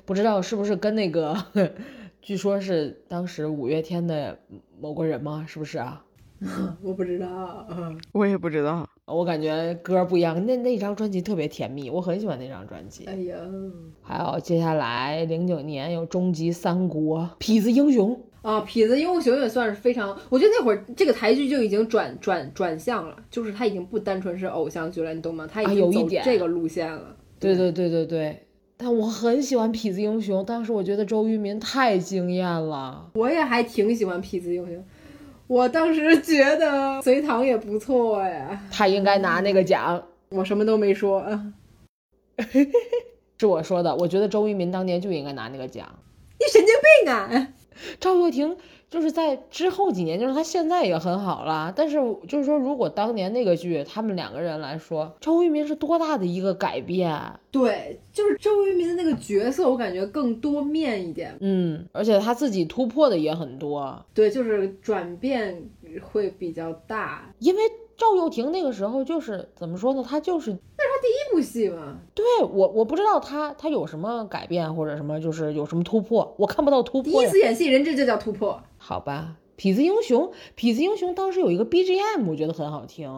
A: 不知道是不是跟那个， 据说是当时五月天的某个人吗？是不是啊？
B: 我不知道。嗯
E: 我也不知道。
A: 我感觉歌不一样，那那张专辑特别甜蜜，我很喜欢那张专辑
B: 哎。呀，
A: 还有接下来零九年有《终极三国》《痞子英雄》，
B: 啊，痞子英雄也算是非常，我觉得那会儿这个台剧就已经转转转向了，就是它已经不单纯是偶像剧了，你懂吗？它已
A: 啊
B: 经
A: 有一
B: 走
A: 点
B: 这个路线了。
A: 对对对对对。但我很喜欢《痞子英雄》，当时我觉得周渝民太惊艳了。
B: 我也还挺喜欢痞子英雄，我当时觉得隋唐也不错呀。
A: 他应该拿那个奖，
B: 我什么都没说，嗯
A: 是我说的。我觉得周渝民当年就应该拿那个奖。
B: 你神经病啊！
A: 赵又廷就是在之后几年，就是他现在也很好啦。但是我就是说，如果当年那个剧他们两个人来说，周渝民是多大的一个改变？
B: 对，就是周渝民的那个角色，我感觉更多面一点。
A: 嗯，而且他自己突破的也很多。
B: 对，就是转变会比较大。
A: 因为赵又廷那个时候就是怎么说呢，他就是
B: 第一部戏嘛，
A: 对我我不知道他他有什么改变或者什么，就是有什么突破，我看不到突
B: 第
A: 破
B: 一
A: 呀。
B: 次演戏，人这就叫突破。
A: 好吧，痞子英雄，痞子英雄当时有一个 BGM，我觉得很好听。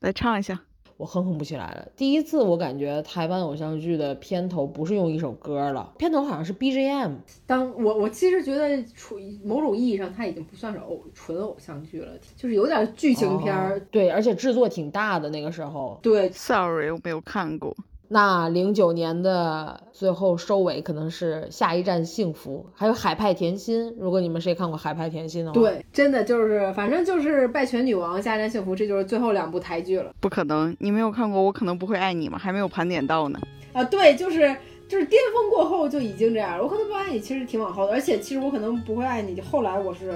E: 来唱一下。
A: 我哼哼不起来了。第一次我感觉台湾偶像剧的片头不是用一首歌了，片头好像是 BGM。
B: 当我我其实觉得，处某种意义上，它已经不算是偶纯偶像剧了，就是有点剧情片儿。
A: 哦对，而且制作挺大的那个时候。
B: 对，
E: Sorry，我没有看过。
A: 那零九年的最后收尾可能是《下一站幸福》，还有《海派甜心》。如果你们谁看过《海派甜心》的话，，
B: 对，真的就是，反正就是《拜权女王》《下一站幸福》，这就是最后两部台剧了
E: 不可能，你没有看过，我可能不会爱你吗？还没有盘点到呢。
B: 啊！对，就是就是巅峰过后就已经这样了。我可能不爱你，其实挺往后的，而且其实我可能不会爱你。就后来我是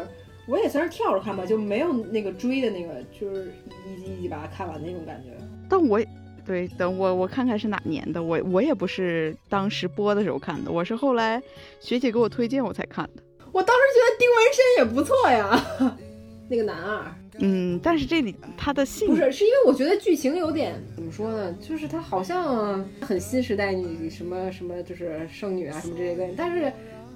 B: 我也算是跳着看吧，就没有那个追的那个，就是一集一集把它看完的那种感觉。
E: 但我也对，等我我看看是哪年的，我我也不是当时播的时候看的，我是后来学姐给我推荐我才看的。
B: 我当时觉得丁文深也不错呀， 那个男二。
E: 嗯，但是这里他的性
B: 不是，是因为我觉得剧情有点怎么说呢，就是它好像很新时代女什么什么，就是剩女啊什么这些东西，但是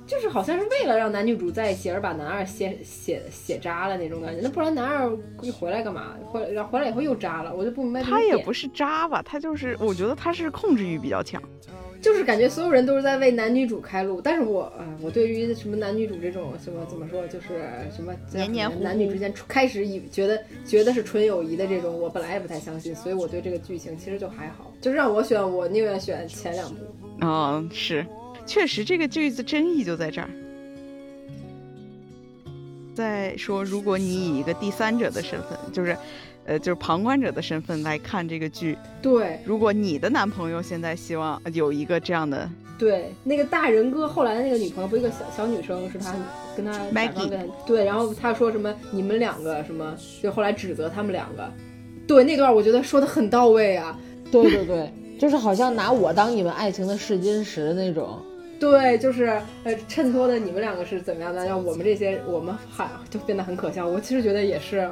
B: 就是好像是为了让男女主在一起而把男二写写写渣了那种感觉，那不然男二一回来干嘛？回来然后回来以后又渣了，我就不明白这个
E: 他也
B: 点
E: 不是渣吧，他就是我觉得他是控制欲比较强。
B: 就是感觉所有人都是在为男女主开路，但是我啊、我对于什么男女主这种什么怎么说，就是什么
E: 黏黏糊糊
B: 男女之间开始以觉得觉得是纯友谊的这种，我本来也不太相信，所以我对这个剧情其实就还好。就是让我选，我宁愿选前两部。
E: 啊、是，确实这个句子争议就在这儿。再说，如果你以一个第三者的身份，就是，呃，就是旁观者的身份来看这个剧，
B: 对
E: 如果你的男朋友现在希望有一个这样的
B: 对，那个大人哥后来的那个女朋友不是一个小小女生，是他跟他假装
E: Maggie
B: 跟他对，然后他说什么你们两个什么，就后来指责他们两个。对那段我觉得说的很到位啊，
A: 对对对，就是好像拿我当你们爱情的试金石那种。
B: 对，就是呃，衬托的你们两个是怎么样的，让我们这些我们还就变得很可笑。我其实觉得也是，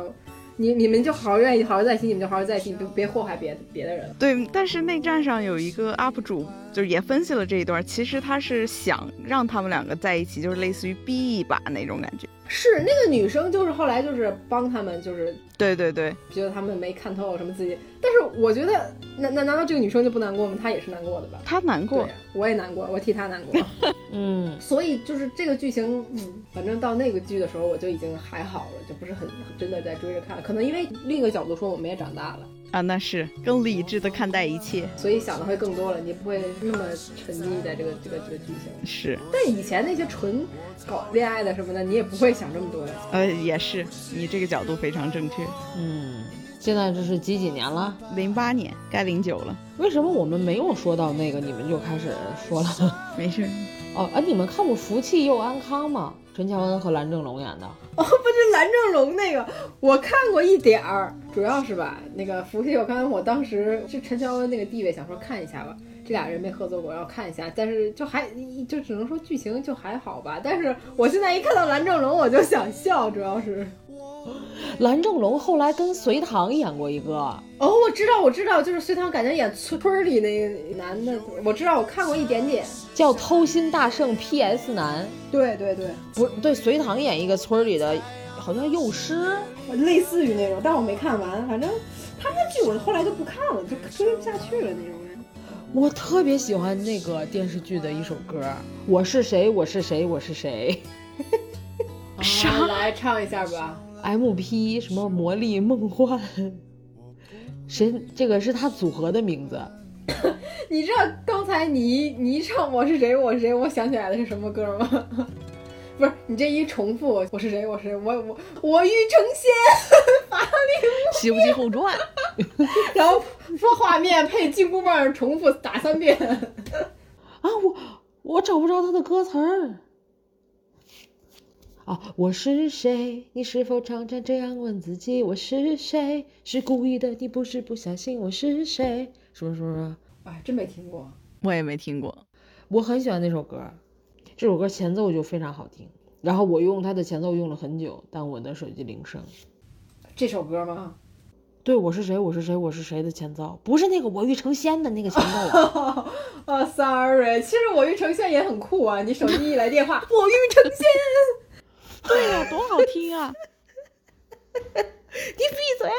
B: 你你们就好好愿意好好在一起，你们就好好在一起，别别祸害别别的人。
E: 对，但是内战上有一个 UP 主，就是也分析了这一段，其实他是想让他们两个在一起，就是类似于逼一把那种感觉。
B: 是那个女生，就是后来就是帮他们，就是
E: 对对对，
B: 觉得他们没看透什么自己。但是我觉得，那那难道这个女生就不难过吗？她也是难过的吧？
E: 他难
B: 对
E: 过
B: 呀，，我也难过，我替她难 过。
A: 嗯，
B: 所以就是这个剧情，嗯，反正到那个剧的时候，我就已经还好了，就不是很真的在追着看。可能因为另一个角度说，我们也长大了。
E: 啊，那是更理智的看待一切，
B: 所以想的会更多了，你不会那么沉溺在这个这个这个剧情。
E: 是，
B: 但以前那些纯搞恋爱的什么的，你也不会想这么多呀。
E: 呃，也是，你这个角度非常正确。
A: 嗯，现在这是几几年了？
E: 零八年该零九了，
A: 为什么我们没有说到那个，你们就开始说了？
E: 没事儿。
A: 哦，哎，你们看过《福气又安康》吗？陈乔恩和蓝正龙演的。
B: 哦， 不是蓝正龙那个，我看过一点儿，主要是吧，那个福气我刚我当时是陈乔恩那个地位，想说看一下吧，这俩人没合作过，然后看一下，但是就还就只能说剧情就还好吧，但是我现在一看到蓝正龙我就想笑，主要是。
A: 蓝正龙后来跟隋唐演过一个，
B: 哦，我知道，我知道，就是隋唐感觉演村村里那个男的，我知道，我看过一点点。
A: 叫《偷心大圣 P.S. 男
B: 对对对，》，
A: 不对，隋唐演一个村儿里的，好像幼师。
B: 类似于那种，但我没看完。反正他那剧我后来就不看了，就追不下去了那种人。
A: 我特别喜欢那个电视剧的一首歌，《我是谁，我是谁，我是谁
B: 啥？来唱一下吧。》
A: ，M.P. 什么魔力梦幻，谁？这个是他组合的名字。啊
B: 你知道刚才你一你一唱我是谁我是谁，我想起来的是什么歌吗？ 不是你这一重复，我是谁我是谁，我我我欲成仙，
E: 《西游记后传》
B: 然后说画面配金箍棒重复打三遍。
A: 啊，我我找不着他的歌词儿。啊，我是谁？你是否常常这样问自己？我是谁？是故意的，你不是不小心。我是谁？什么什么什么？
B: 哎，真没听过。
E: 我也没听过。
A: 我很喜欢那首歌，这首歌前奏就非常好听。然后我用它的前奏用了很久，但我的手机铃声。
B: 这首歌吗？
A: 对，我是谁？我是谁？我是谁的前奏？不是那个我欲成仙的那个前奏、 啊。
B: 啊，sorry，其实我欲成仙也很酷啊。你手机一来电 话，我欲成仙，
E: 对呀、多好听啊！
A: 你闭嘴！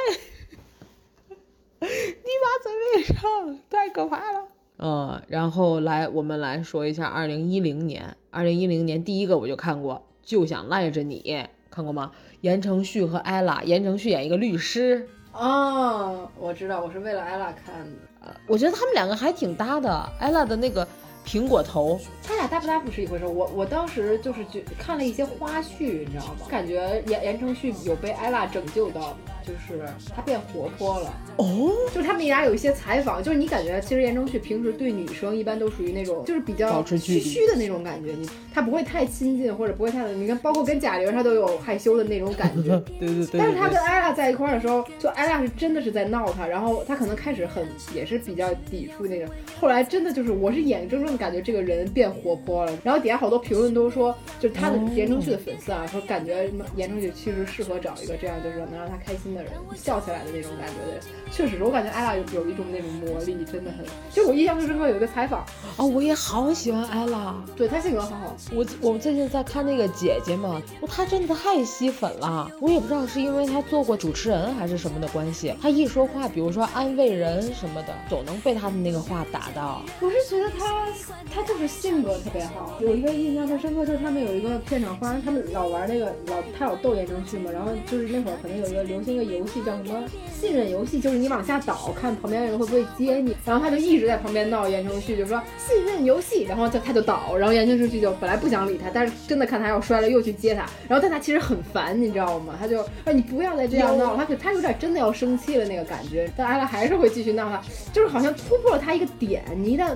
A: 你把嘴闭上，太可怕了。嗯，然后来我们来说一下二零一零年，二零一零年第一个我就看过，就想赖着你，看过吗？言承旭和艾拉，言承旭演一个律师，
B: 哦，我知道，我是为了艾拉看的。
A: 我觉得他们两个还挺搭的，艾拉的那个苹果头，
B: 他俩搭不搭不是一回事儿。我我当时就是觉看了一些花絮，你知道吗？感觉言言承旭有被艾拉拯救到，就是他变活泼了。
A: 哦，
B: 就是他们俩有一些采访，就是你感觉其实言承旭平时对女生一般都属于那种就是比较
A: 保持距离
B: 虚虚的那种感觉，你他不会太亲近或者不会太你看，包括跟贾玲他都有害羞的那种感 觉。
A: 对对对
B: 但是他跟艾拉在一块儿的时候，就艾拉是真的是在闹他，然后他可能开始很也是比较抵触那个，后来真的就是我是眼睁睁地感觉这个人变活泼了，然后底下好多评论都说，就是他
A: 哦
B: 的言承旭的粉丝啊，说感觉言承旭其实适合找一个这样就是能让他开心的人，笑起来的那种感觉的人，确实是我感觉艾拉有有一种那种魔力，真的很，就我印象最深刻有一个采访，
A: 哦，我也好喜欢艾拉。
B: 对他性格很好，
A: 我我最近在看那个姐姐嘛，她真的太吸粉了。我也不知道是因为她做过主持人还是什么的关系，她一说话，比如说安慰人什么的，总能被她的那个话打到。
B: 我是觉得他他就是性格特别好。有一个印象特深刻，就是他们有一个片场发生，他们老玩那个老他老逗言承旭嘛，然后就是那会儿可能有一个流行一个游戏叫什么信任游戏，就是你往下倒看旁边人会不会接你，然后他就一直在旁边闹言承旭，就说信任游戏，然后他他就倒，然后言承旭就本来不想理他，但是真的看他要摔了又去接他，然后但他其实很烦，你知道吗？他就哎你不要再这样闹了，他可他有点真的要生气了那个感觉，但艾拉还是会继续闹他，就是好像突破了他一个点，你一旦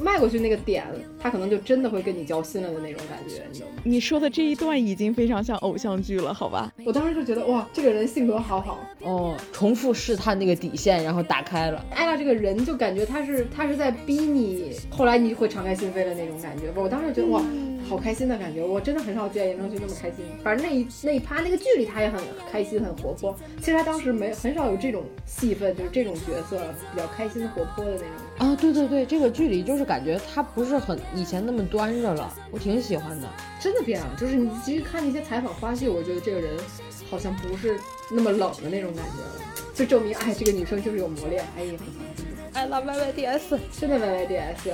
B: 迈过去那个点，他可能就真的会跟你交心了的那种感觉，你懂吗？
E: 你说的这一段已经非常像偶像剧了，好吧？
B: 我当时就觉得哇，这个人性格好好，
A: 哦，重复试探那个底线，然后打开了。
B: 艾拉这个人就感觉他是他是在逼你，后来你会敞开心扉的那种感觉。我当时觉得哇，好开心的感觉，我真的很少见言承旭那么开心。反正那一那一趴那个剧里他也很开心很活泼，其实他当时没很少有这种戏份，就是这种角色比较开心活泼的那种。
A: 啊，对对对，这个剧里就是感觉她不是很以前那么端着了，我挺喜欢的。
B: 真的变了，就是你继续看那些采访花絮，我觉得这个人好像不是那么冷的那种感觉了，就证明哎，这个女生就是有磨练，哎呀，
A: 艾拉 YYDS，
B: 真的 YYDS，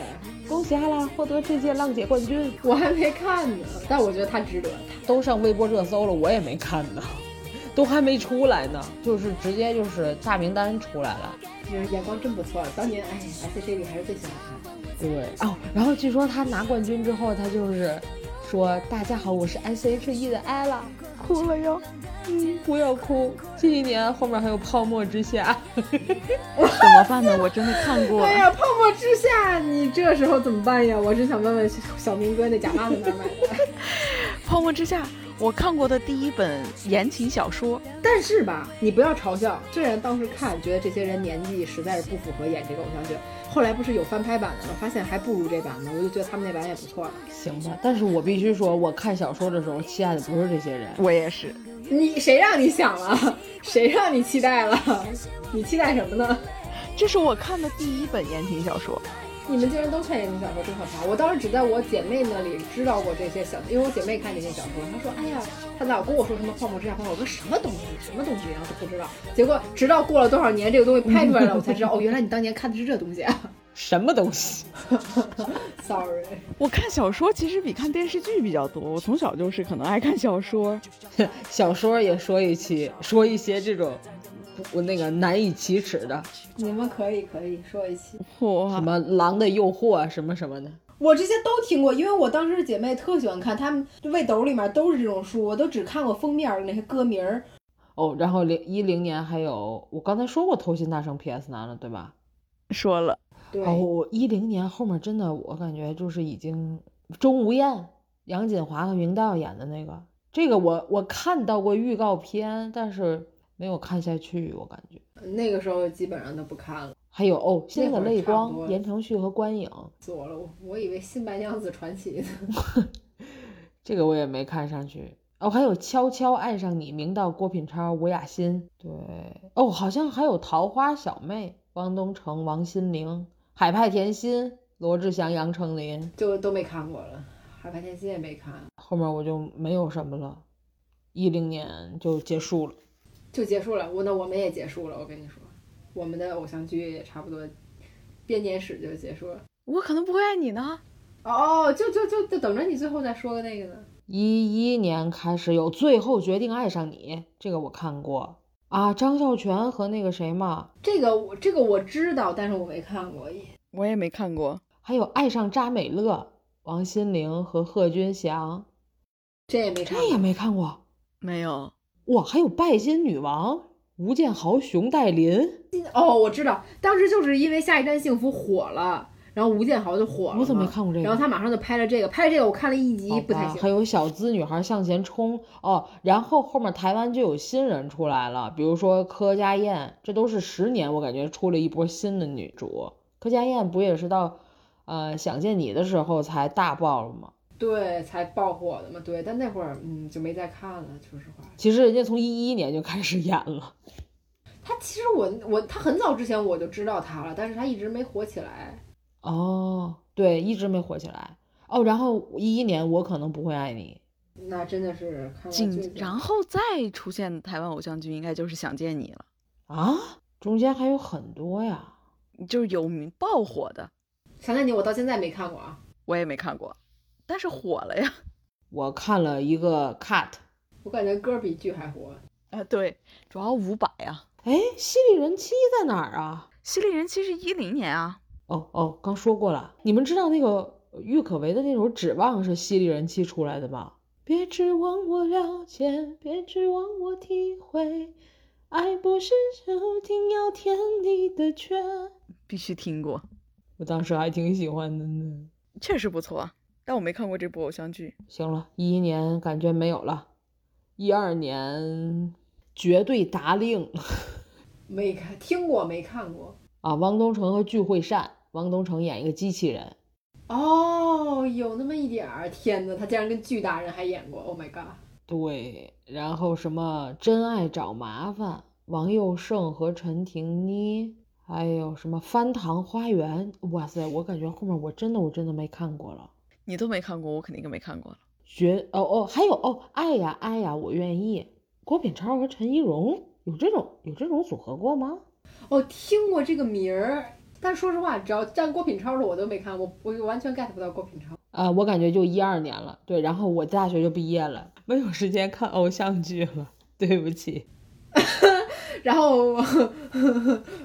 A: 恭喜艾拉获得这届浪姐冠军，
B: 我还没看呢，但我觉得她值得。
A: 都上微博热搜了，我也没看呢，都还没出来呢，就是直接就是大名单出来了。
B: 就是眼光真不错，当年哎，S H 里还是最喜欢她。
A: 对哦，然后据说她拿冠军之后，她就是说大家好，我是 S H E 的艾拉。哦，
E: 哭了要。
A: 嗯，不要哭，这一年后面还有《泡沫之 夏》
E: 怎么办呢？我真的看 过。
B: 哎呀，泡沫之夏，你这时候怎么办呀？我是想问问小明哥那假发在哪儿买的？
E: 泡沫之夏，我看过的第一本言情小说。
B: 但是吧，你不要嘲笑，虽然当时看觉得这些人年纪实在是不符合演这个偶像剧，后来不是有翻拍版的吗？发现还不如这版呢，我就觉得他们那版也不错了。
A: 行吧，但是我必须说，我看小说的时候期待的不是这些人，
E: 我也是，
B: 你谁让你想了？谁让你期待了？ 你期待什么呢？
E: 这是我看的第一本言情小说。
B: 你们竟然都看言情小说，真可怕！我当时只在我姐妹那里知道过这些小，因为我姐妹看这些小说，她说：“哎呀，她老跟我说什么泡沫之夏泡沫，我说什么东西，什么东西，然后都不知道。结果直到过了多少年，这个东西拍出来了，我才知道，哦，原来你当年看的是这东西啊
A: 什么东西？
B: ！Sorry，
E: 我看小说其实比看电视剧比较多，我从小就是可能爱看小说。
A: 小说也说一期，说一些这种我那个难以启齿的，
B: 你们可以可以说一期，
A: 什
E: 哇，
A: 么《狼的诱惑》啊，什么什么的。
B: 我这些都听过，因为我当时姐妹特喜欢看，她们背兜里面都是这种书，我都只看过封面的那些歌名儿。
A: 哦，然后零一零年还有，我刚才说过《偷心大圣》PS 男了，对吧？
E: 说了，
B: 对，
A: 哦，我一零年后面真的，我感觉就是已经钟无艳、杨锦华和明道演的那个，这个我我看到过预告片，但是没有看下去，我感觉。
B: 那个时候基本上都不看了。
A: 还有哦，新
B: 会
A: 的
B: 儿
A: 泪
B: 差不
A: 光，
B: 多
A: 言承旭和关颖，
B: 死我了！我我以为《新白娘子传奇》呢。
A: 这个我也没看上去。哦，还有《悄悄爱上你》，明道、郭品超、吴雅欣。对，哦，好像还有《桃花小妹》，汪东城、王心凌、海派甜心、罗志祥、杨丞琳。
B: 就都没看过了，《海派甜心》也没看，
A: 后面我就没有什么了，一零年就结束了。
B: 就结束了。我那我们也结束了，我跟你说，我们的偶像剧也差不多，编年史就结束了。
E: 我可能不会爱你呢。
B: 哦，就就就就等着你最后再说个那个呢。
A: 一一年开始有《最后决定爱上你》，这个我看过啊，张孝全和那个谁嘛，
B: 这个我这个我知道，但是我没看过。
E: 我也没看过。
A: 还有《爱上扎美乐》，王心凌和贺军翔，
B: 这也没看
A: 这也
B: 过，
A: 没看过。
E: 没有，
A: 哇，还有拜金女王吴建豪、熊黛林，
B: 哦，我知道，当时就是因为《下一站幸福》火了，然后吴建豪就火了嘛，
A: 我怎么没看过这个
B: 然后他马上就拍了这个，拍了这个我看了一集
A: 好，
B: 不太
A: 吧还
B: 行。
A: 有小资女孩向前冲哦。然后后面台湾就有新人出来了，比如说柯佳燕，这都是十年我感觉出了一波新的女主。柯佳燕不也是到呃想见你的时候才大爆了吗？
B: 对，才爆火的嘛，对，但那会儿嗯就没再看了，说实话。
A: 其实人家从一一年就开始演了，
B: 他其实我我他很早之前我就知道他了，但是他一直没火起来。
A: 哦，对，一直没火起来哦。然后一一年我可能不会爱你，
B: 那真的是看来
E: 紧
B: 最早
E: 然后再出现的台湾偶像剧应该就是《想见你》了，
A: 啊，中间还有很多呀。
E: 就是有名爆火的，
B: 想想你，我到现在没看过啊。
E: 我也没看过，但是火了呀。
A: 我看了一个 cut，
B: 我感觉歌比剧还火。
E: 啊，对，主要五百啊，
A: 哎，犀利人妻在哪儿啊？
E: 《犀利人妻》是一零年啊，
A: 哦哦，刚说过了。你们知道那个郁可唯的那首《指望》是犀利人妻出来的吗？别指望我了解，别指望我体会，爱不是注定要填你的缺。
E: 必须听过，
A: 我当时还挺喜欢的呢。
E: 确实不错啊。但我没看过这部偶像剧，
A: 行了，一一年感觉没有了，一二年绝对达令。
B: 没看听过没看过。
A: 啊，汪东城和具惠善，汪东城演一个机器人，
B: 哦，有那么一点儿。天哪，他竟然跟剧大人还演过！Oh my god！
A: 对，然后什么真爱找麻烦，王佑胜和陈婷妮，还有什么翻糖花园，哇塞，我感觉后面我真的我真的没看过了，
E: 你都没看过，我肯定更没看过了。
A: 绝哦哦，还有哦，爱呀爱呀，我愿意，郭品超和陈怡蓉有这种有这种组合过吗？
B: 哦，听过这个名儿，但说实话，只要站郭品超的我都没看过，我我完全 get 不到郭品超。
A: 啊、我感觉就一二年了，对，然后我大学就毕业了，没有时间看偶像剧了，对不起。
B: 然后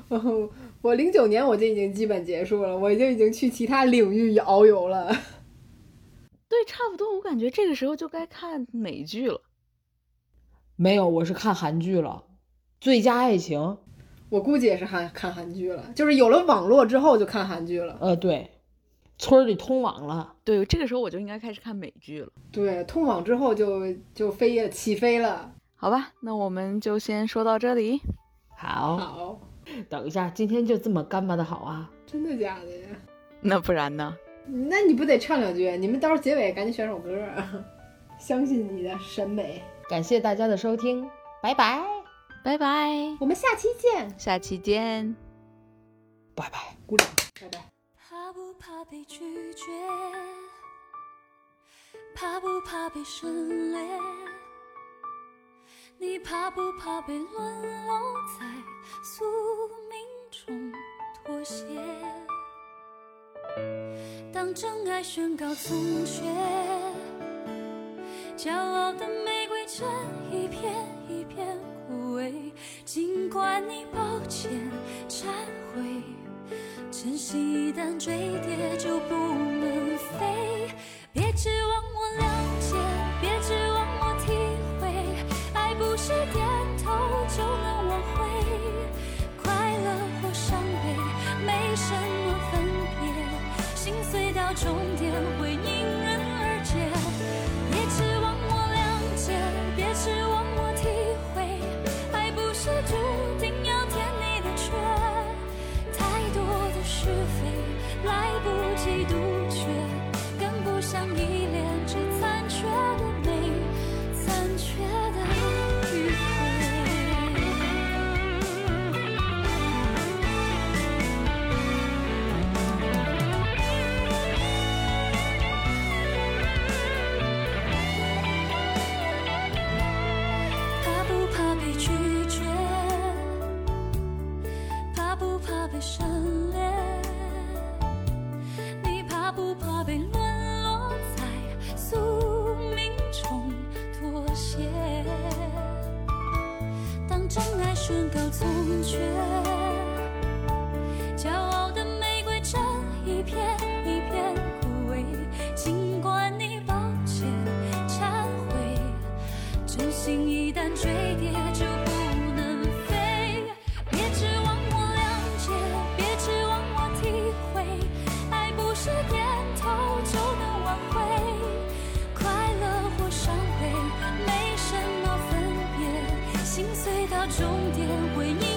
B: 我我零九年我就已经基本结束了，我就已经去其他领域遨游了。
E: 对，差不多，我感觉这个时候就该看美剧了。
A: 没有，我是看韩剧了，《最佳爱情》。
B: 我估计也是看看韩剧了，就是有了网络之后就看韩剧了。
A: 呃，对，村儿里通网了。
C: 对，这个时候我就应该开始看美剧了。
B: 对，通网之后就就飞也起飞了。
C: 好吧，那我们就先说到这里。
A: 好，
B: 好，
A: 等一下，今天就这么干巴的好啊？
B: 真的假的呀？
C: 那不然呢？
B: 那你不得唱两句？你们到时候结尾赶紧选首歌啊！相信你的审美，
A: 感谢大家的收听，拜拜，
C: 拜拜，
B: 我们下期见，
C: 下期见。
A: 拜拜。
B: 鼓掌，拜拜。
F: 怕不怕被拒绝？怕不怕被省略？你怕不怕被沦落在宿命中妥协？当真爱宣告从缺，骄傲的玫瑰正一片一片枯萎，尽管你抱歉忏悔。真心一旦坠跌就不能飞，别指望我了解，别指望我体会，爱不是点头就能挽回，快乐或伤悲没什么分别，心碎到终点会迎刃而解。别指望我了解，别指望我体会，爱不是注定要填你的缺。太多的是非来不及杜绝，跟不上依恋这残缺的美，残缺的迂回。怕不怕被拒绝？怕不怕被省略？你怕不怕被沦落在宿命中妥协？当真爱宣告从缺，骄傲的玫瑰正一片一片枯萎，尽管你抱歉忏悔。真心一旦坠跌就不能飞，别指望我了解，别指望我体会，爱不是点头就能挽回，快乐或伤悲没什么分别，心碎到终点会。迎。